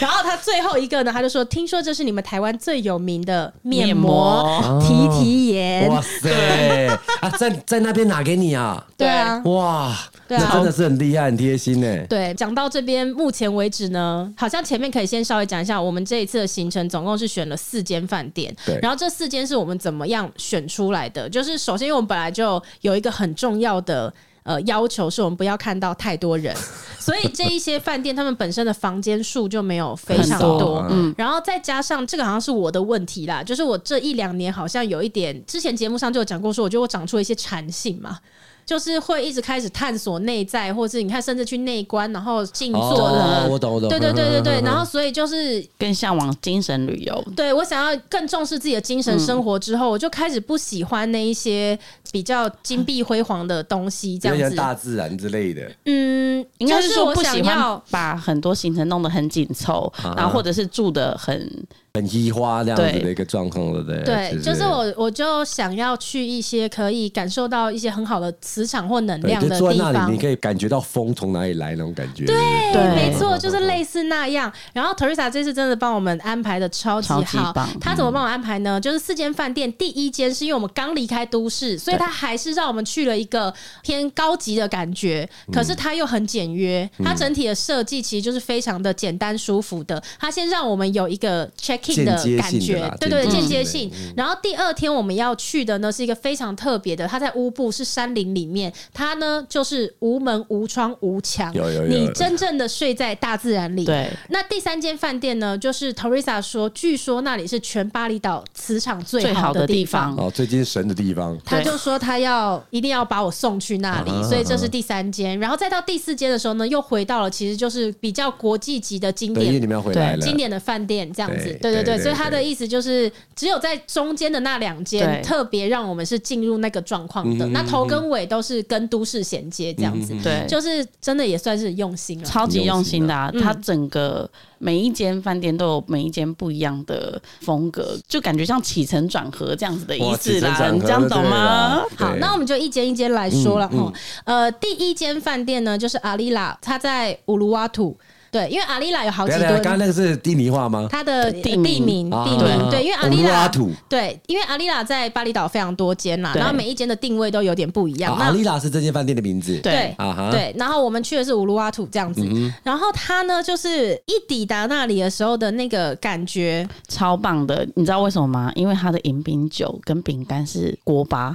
Speaker 2: 然后他最后一个呢，他就说：“听说这是你们台湾最有名的面
Speaker 3: 面
Speaker 2: 膜
Speaker 3: 膜
Speaker 2: 提提颜。
Speaker 1: 哇塞！啊，在在那边拿给你啊！”
Speaker 2: 对啊，
Speaker 1: 哇，
Speaker 2: 对啊
Speaker 1: 那真的是很厉害，很贴心呢。
Speaker 2: 对，啊讲到这边，目前为止呢，好像前面可以先稍微讲一下，我们这一次的行程总共是选了四间饭店
Speaker 1: 对，
Speaker 2: 然后这四间是我们怎么样选出来的？就是首先，因为我们本来就有一个很重要的。呃，要求是我们不要看到太多人，所以这一些饭店他们本身的房间数就没有非常
Speaker 3: 很多
Speaker 2: 嗯，然后再加上这个好像是我的问题啦，就是我这一两年好像有一点，之前节目上就有讲过说，我觉得我长出了一些馋性嘛，就是会一直开始探索内在，或是你看，甚至去内观，然后静坐
Speaker 1: 哦
Speaker 2: 了。
Speaker 1: 我懂我懂。
Speaker 2: 对对对对对，
Speaker 1: 嗯
Speaker 2: 然后所以就是。
Speaker 3: 更向往精神旅游。
Speaker 2: 对，我想要更重视自己的精神生活之后，我就开始不喜欢那一些比较金碧辉煌的东西，这
Speaker 1: 有
Speaker 2: 样
Speaker 1: 点大
Speaker 2: 子。
Speaker 1: 自然之类的，
Speaker 2: 嗯，
Speaker 3: 应该
Speaker 2: 就
Speaker 3: 是
Speaker 2: 是
Speaker 3: 说
Speaker 2: 我
Speaker 3: 不
Speaker 2: 想
Speaker 3: 喜欢
Speaker 2: 要，
Speaker 3: 把很多行程弄得很紧凑，
Speaker 1: 啊
Speaker 3: 然后或者是住的很
Speaker 1: 很移花这样子
Speaker 3: 对
Speaker 1: 的一个状况，对不对？
Speaker 2: 对，
Speaker 1: 不
Speaker 2: 就是我我就想要去一些可以感受到一些很好的磁场或能
Speaker 1: 对
Speaker 2: 量的
Speaker 1: 就坐
Speaker 2: 地
Speaker 1: 在那
Speaker 2: 方
Speaker 1: 里，你。可以感觉到风从哪里来那种感觉。对
Speaker 2: 对，
Speaker 3: 对
Speaker 2: 没错，就是类似那样。然后 Teresa 这次真的帮我们安排的超级
Speaker 3: 超级
Speaker 2: 好
Speaker 3: 棒，
Speaker 2: 她怎么帮我安排呢？就是四间饭店，第一间是因为我们刚离开都市，所以她还是让我们去了一个偏高级的感觉，
Speaker 1: 嗯
Speaker 2: 可是它又很简约。它整体的设计其实就是非常的简单舒服的。它先让我们有一个 check in 的
Speaker 1: 间接性的嗯
Speaker 2: 感觉
Speaker 1: 啦，
Speaker 2: 对对，对
Speaker 1: 间
Speaker 2: 间
Speaker 1: 接
Speaker 2: 接
Speaker 1: 性
Speaker 2: 性。然后第二天我们要去的呢是一个非常特别的，它在乌布是山林里面，它呢就是无门无窗无墙，
Speaker 1: 有有有
Speaker 2: 你真正的睡在大自然里。。
Speaker 3: 对
Speaker 2: 那第三间饭店呢，就是 Teresa 说，据说那里是全巴厘岛磁场最
Speaker 3: 最
Speaker 2: 好
Speaker 3: 好
Speaker 2: 的
Speaker 3: 的
Speaker 2: 地
Speaker 3: 地
Speaker 2: 方
Speaker 3: 方。
Speaker 1: 哦，最近神的地方，
Speaker 2: 他
Speaker 3: 对
Speaker 2: 就说他要一定要把我送去那里，所以这是第三间，然后再到第四间的时候呢，又回到了其实就是比较国际级的经
Speaker 1: 对，因为
Speaker 2: 典
Speaker 1: 你们要回来了，
Speaker 2: 经典的饭店这样子，
Speaker 1: 对
Speaker 2: 对对
Speaker 1: 对
Speaker 2: 对对，
Speaker 1: 对
Speaker 2: 所以他的意思就是，只有在中间的那两间
Speaker 3: 对
Speaker 2: 特别让我们是进入那个状况的，
Speaker 1: 嗯
Speaker 2: 那头跟尾都是跟都市衔接这样子，
Speaker 3: 对，
Speaker 2: 就是真的也算是用心了。
Speaker 3: 超级用心的、啊，
Speaker 2: 用心的嗯
Speaker 3: 它整个每一间饭店都有每一间不一样的风格，就感觉像起承转合这样子的意
Speaker 1: 哇
Speaker 3: 思
Speaker 1: 起承
Speaker 3: 啦，
Speaker 1: 转合
Speaker 3: 你这样懂吗？
Speaker 1: 对啊啦
Speaker 2: 好，
Speaker 1: 对
Speaker 2: 那我们就一间一间来说了
Speaker 1: 嗯
Speaker 2: 哦。呃，第一间饭店呢，就是阿丽拉，它在乌鲁瓦图。对，因为阿丽拉有好几
Speaker 1: 等一下等一下刚刚那
Speaker 2: 个
Speaker 1: 个是印尼话吗？
Speaker 2: 它的
Speaker 3: 地
Speaker 2: 地
Speaker 3: 名
Speaker 2: 名，
Speaker 1: 啊
Speaker 2: 地名对，因为阿丽
Speaker 1: 乌拉
Speaker 2: 拉
Speaker 1: 土，
Speaker 2: 对，因为阿丽拉在巴厘岛非常多间啦，
Speaker 3: 对
Speaker 2: 然后每一间的定位都有点不一样。
Speaker 1: 啊
Speaker 2: 那
Speaker 1: 阿丽拉是这间饭店的名字。
Speaker 2: 对
Speaker 1: 啊哈嗯
Speaker 2: 对，然后我们去的是乌鲁瓦土这样子，然后他呢就是一抵达那里的时候的那个感觉，
Speaker 3: 超棒的，你知道为什么吗？因为它的迎宾酒跟饼干是锅巴，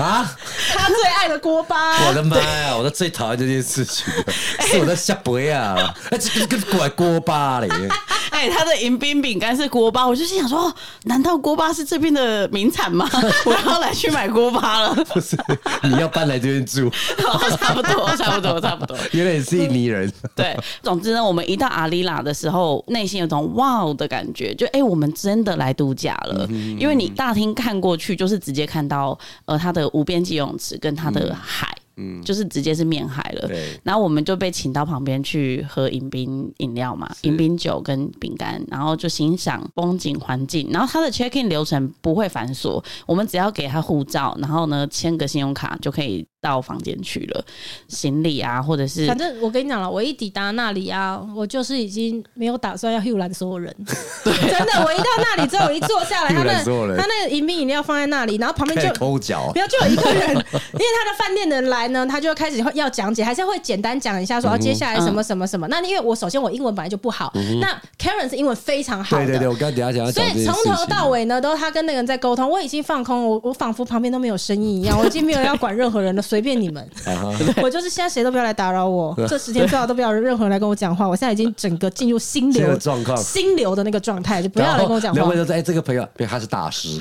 Speaker 1: 啊，
Speaker 2: 他最爱的锅
Speaker 1: [laughs]
Speaker 2: 巴
Speaker 1: 我的妈呀！我都最讨厌这件事情
Speaker 2: [laughs]
Speaker 1: 了，是我的下杯啊！哎，这个跟拐锅巴
Speaker 2: [laughs]
Speaker 1: 嘞，
Speaker 3: [laughs] 哎、它的迎宾饼干是锅巴，我就心想说，哦难道锅巴是这边的名
Speaker 1: [laughs]
Speaker 3: 产吗？我要来去买锅巴了， [laughs]
Speaker 1: 不是你要搬来这边住，
Speaker 3: 哦差不多，差不多，差不多。
Speaker 1: 原来你是印尼人，
Speaker 3: 对，总之呢，我们一到阿里拉的时候，内心有种哇、哦的感觉，就哎、我们真的来度假了。因为你大厅看过去，就是直接看到呃它的无边际游泳池跟它的海，嗯，就是直接是面海了。
Speaker 1: 对，
Speaker 3: 然后我们就被请到旁边去喝迎宾饮料嘛，
Speaker 1: 是
Speaker 3: 迎宾酒跟饼干，然后就欣赏风景环境。然后他的 check in 流程不会繁琐，我们只要给他护照，然后呢签个信用卡就可以到房间去了。行李啊，或者是
Speaker 2: 反正我跟你讲了，我一抵达那里啊，我就是已经没有打算要 Hugh 兰所有人。 [laughs] 啊真的，我一到那里之后，我一坐下来，他
Speaker 1: Hugh
Speaker 2: 那
Speaker 1: 兰所有人
Speaker 2: 他那个饮品饮料放在 [laughs] 那里，然后旁边
Speaker 1: 开始
Speaker 2: 就
Speaker 1: 抠
Speaker 2: [laughs]
Speaker 1: 脚
Speaker 2: 不，要就有一个啊人，因为他的饭店的人来呢，他就开始会要讲解，还是会简单讲一下说，哦，接下来什么什么什么。那因为我首先我英文本来就不好，那 Karen 是英文非常好
Speaker 1: 对对对，
Speaker 2: 的。
Speaker 1: 我刚刚等一下想要
Speaker 2: 所
Speaker 1: 讲这件
Speaker 2: 以
Speaker 1: 事
Speaker 2: 从
Speaker 1: 情，
Speaker 2: 头到尾呢，都是他跟那个人在沟通。我已经放空，我我仿佛旁边都没有声音一样，我已经没有要管任何人了，随便你们。
Speaker 1: 啊哈，
Speaker 2: [laughs] 我就是现在谁都不要来打扰我，
Speaker 1: [laughs]
Speaker 2: 这十天最好都不要有任何人来跟我讲话。我现在已经整个进入心
Speaker 1: 这
Speaker 2: 流
Speaker 1: 个状况
Speaker 2: 心流的那个状态，就不要来跟我讲
Speaker 1: 然
Speaker 2: 话
Speaker 1: 后。就说：“哎，这个朋友，对，他是大师，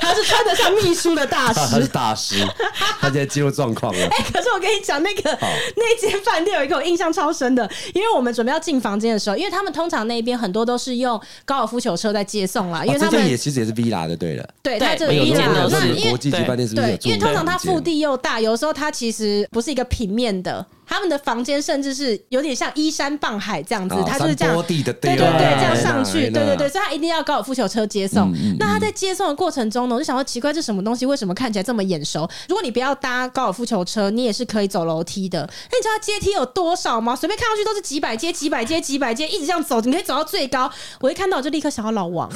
Speaker 2: 他是穿得像秘书的
Speaker 1: [laughs]
Speaker 2: [laughs] 大
Speaker 1: 他
Speaker 2: 师哎
Speaker 1: 是，大
Speaker 2: [laughs]
Speaker 1: 师，他现在进入状况了。
Speaker 2: 可是我跟你讲，那个那间饭店有一个我印象超深的，因为我们准备要进房间的时候，因为他们通常那边很多都是用高尔夫球车在接送啦，因为
Speaker 1: 哦这
Speaker 2: 他
Speaker 1: 间
Speaker 2: 们
Speaker 1: 也其实也是哎 villa 的，对了，
Speaker 2: 对
Speaker 3: 对
Speaker 2: 他这个
Speaker 3: 每一
Speaker 2: 一
Speaker 1: 有
Speaker 3: 间
Speaker 1: 时
Speaker 2: 啦
Speaker 1: 候
Speaker 3: 都
Speaker 1: 有时
Speaker 2: 那
Speaker 3: 是
Speaker 1: 候
Speaker 2: 因为
Speaker 1: 国际级饭店是不是有
Speaker 2: 对，
Speaker 1: 住
Speaker 2: 因为通常它
Speaker 1: 这种
Speaker 2: 腹地又大，有时候它其实不是一个平面的，他们的房间甚至是有点像依山傍海这样子，
Speaker 1: 啊
Speaker 2: 它就是这
Speaker 1: 山
Speaker 2: 样
Speaker 1: 坡地的地
Speaker 2: 对
Speaker 1: 方
Speaker 2: 对对，
Speaker 1: 啊
Speaker 2: 这样上去，
Speaker 1: 哎
Speaker 2: 对
Speaker 1: 那
Speaker 2: 对对，所以他一定要高尔夫球车接送。
Speaker 1: 嗯
Speaker 2: 那他在接送的过程中呢，我就想说奇怪，这什么东西为什么看起来这么眼熟？如果你不要搭高尔夫球车，你也是可以走楼梯的。那你知道它阶梯有多少吗？随便看上去都是几百阶、几百阶、几百阶，一直这样走，你可以走到最高。我一看到我就立刻想到老王，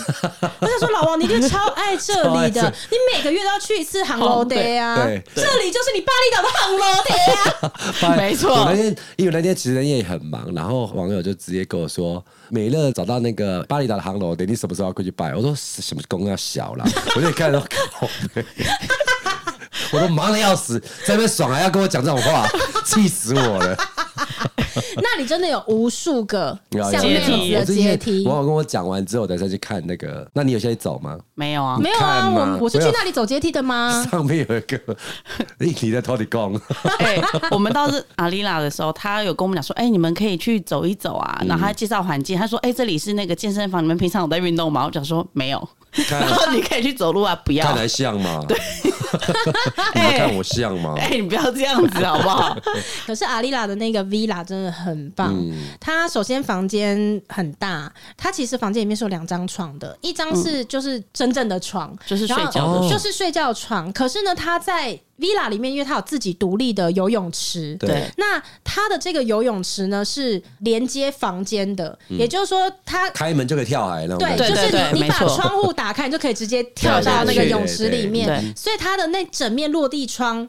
Speaker 2: 我想说老王，你一定超爱这里
Speaker 1: [laughs] 超爱
Speaker 2: 的，你每个月都要去一次杭州的啊
Speaker 1: 哦对，
Speaker 2: 这里就是你巴厘岛的杭州的啊。
Speaker 1: [laughs] 发现
Speaker 3: 没错
Speaker 1: 我那天因为那天其实那天也很忙，然后网友就直接跟我说：“美乐找到那个巴厘岛的航楼，等你什么时候要过去拜？”我说：“什么工要小
Speaker 3: [laughs]
Speaker 1: 啦，我就看到靠北。我都忙的要死，在那边爽还要跟我讲这种话，气死我
Speaker 3: [laughs]
Speaker 1: 了！
Speaker 2: 那里真的有无数个
Speaker 1: 有有
Speaker 2: 像那样子
Speaker 1: 啊我
Speaker 2: 的
Speaker 1: 之
Speaker 2: 阶
Speaker 1: 前
Speaker 2: 梯
Speaker 1: 网。友跟我讲完之后，我才再去看那个。那你有先走吗？
Speaker 3: 没有啊，
Speaker 2: 没有啊，
Speaker 1: 看嘛
Speaker 2: 我我是
Speaker 1: 不
Speaker 2: 去
Speaker 1: 要
Speaker 2: 那里走阶梯的
Speaker 3: 嗯
Speaker 2: 吗？
Speaker 1: 上面有一个 [laughs] 印尼的托底工，
Speaker 3: [laughs] 哎、我们到这阿丽拉的时候，他有跟我们讲说，哎、你们可以去走一走啊。
Speaker 1: 嗯
Speaker 3: 然后他介绍环境，他说，哎、这里是那个健身房，你们平常有在运动吗？我讲说没有，
Speaker 1: 看
Speaker 3: [laughs] 然后你可以去走路啊，不要哎
Speaker 1: 看。来像
Speaker 3: [laughs]
Speaker 1: 吗？你们看我像吗？
Speaker 3: 哎、你不要这样子好
Speaker 1: [laughs]
Speaker 3: 不好？
Speaker 2: 可是阿丽拉的那个 villa 真的很棒，
Speaker 3: 嗯
Speaker 2: 它首先房间很大，它其实房间里面是有两张床的，一张是就是真正的床，
Speaker 3: 就是睡觉的
Speaker 2: 然后
Speaker 1: 床
Speaker 2: 就是睡觉的床。可是呢，它在 villa 里面，因为它有自己独立的游泳池，
Speaker 3: 对，
Speaker 2: 那它的这个游泳池呢是连接房间的，
Speaker 3: 嗯
Speaker 2: 也就是说它。
Speaker 1: 开门就可以跳海那种
Speaker 2: 对，
Speaker 1: 感
Speaker 2: 就
Speaker 1: 觉。
Speaker 2: 是
Speaker 3: 对对
Speaker 2: 你你
Speaker 3: 没
Speaker 2: 把
Speaker 3: 错
Speaker 2: 窗户打开，你就可以直接跳到那个泳池里
Speaker 3: 对
Speaker 2: 面
Speaker 3: 对，
Speaker 2: 所以它的那整面落地窗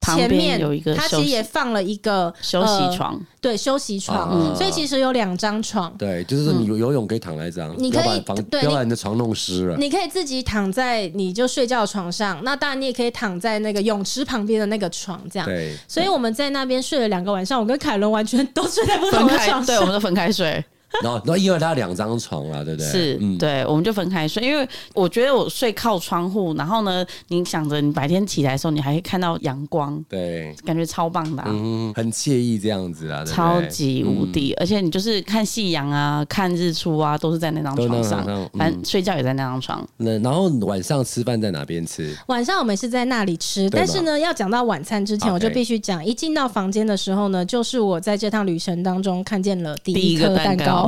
Speaker 3: 旁
Speaker 2: 前
Speaker 3: 边
Speaker 2: 面
Speaker 3: 有一个
Speaker 2: 它
Speaker 3: 休
Speaker 2: 其实
Speaker 3: 息
Speaker 2: 也放了一个
Speaker 3: 休
Speaker 2: 呃
Speaker 3: 息床，哦
Speaker 2: 对，休息床，
Speaker 1: 啊
Speaker 2: 所以其实有两张床，
Speaker 1: 对，就是你游泳可以躺那张，
Speaker 2: 嗯你
Speaker 1: 要
Speaker 2: 可
Speaker 1: 不
Speaker 2: 以
Speaker 1: 然房，
Speaker 2: 对
Speaker 1: 要不
Speaker 2: 你
Speaker 1: 然你的床弄湿了。
Speaker 2: 你可以自己躺在你就睡觉的床上，那当然你也可以躺在那个泳池旁边的那个床这样。
Speaker 1: 对，
Speaker 2: 所以我们在那边睡了两个晚上，我跟凯伦完全都睡在不同
Speaker 3: 分
Speaker 1: 呃
Speaker 2: 的
Speaker 3: 开
Speaker 2: 床，
Speaker 3: 对，我
Speaker 2: 上，
Speaker 3: 们都分开睡。
Speaker 1: 然后，然后因为它两张床 [laughs] 啦，对嗯不对？
Speaker 3: 是，对，我们就分开睡，因为我觉得我睡靠窗户，然后呢，你想着你白天起来的时候，你还可以看到阳光，
Speaker 1: 对，
Speaker 3: 感觉超棒的啊、
Speaker 1: 嗯，很惬意这样子啦，对不对嗯
Speaker 3: 超级无敌，而且你就是看夕阳啊，看日出啊，都是在那张
Speaker 1: 都
Speaker 3: 床
Speaker 1: 那张
Speaker 3: 上
Speaker 1: 床上，嗯
Speaker 3: 反正睡觉也在那张床。
Speaker 1: 那嗯然后晚上吃饭在哪边吃？
Speaker 2: 晚上我们是在那里吃，
Speaker 1: 对吧
Speaker 2: 但是呢，要讲到晚餐之前，
Speaker 1: OK
Speaker 2: 我就必须讲，一进到房间的时候呢，就是我在这趟旅程当中看见了第
Speaker 3: 第一
Speaker 2: 颗
Speaker 3: 个
Speaker 2: 蛋
Speaker 3: 蛋 [laughs] 糕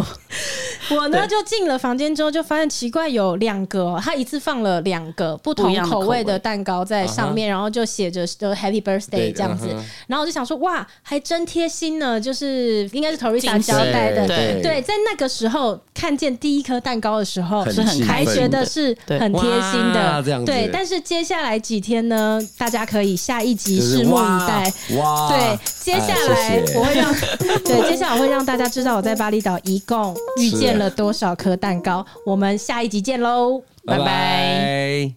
Speaker 2: 我呢就进了房间之后，就发现奇怪，有两个、哦，他一次放了两个不
Speaker 3: 不
Speaker 2: 同
Speaker 3: 一样的
Speaker 2: 口
Speaker 3: 口
Speaker 2: 味
Speaker 3: 味啊
Speaker 2: 的蛋糕在上面，然后就写着就 Happy Birthday
Speaker 1: 对
Speaker 2: 这样子
Speaker 1: 嗯哼，
Speaker 2: 然后我就想说，哇，还真贴心呢，就是应该是 Teresa
Speaker 3: 惊喜
Speaker 2: 交代的，
Speaker 1: 对
Speaker 2: 对，在那个时候看见第一颗蛋糕的时候，
Speaker 1: 很
Speaker 3: 是很
Speaker 1: 兴
Speaker 2: 还
Speaker 3: 开
Speaker 1: 奋
Speaker 3: 心
Speaker 2: 觉得
Speaker 3: 的
Speaker 2: 是
Speaker 3: 对
Speaker 2: 很贴心的
Speaker 1: 嗯哇这样子
Speaker 2: 对，但是接下来几天呢，大家可以下一集
Speaker 1: 就是
Speaker 2: 拭目以
Speaker 1: 哇
Speaker 2: 待。
Speaker 1: 哇，
Speaker 2: 对，接下来
Speaker 1: 哎谢谢
Speaker 2: 我
Speaker 1: [laughs]
Speaker 2: 会让，对，接下来我会让大家知道我在巴厘岛一共遇见了多少颗蛋糕。我们下一集见喽，
Speaker 1: 拜
Speaker 3: 拜
Speaker 1: 拜。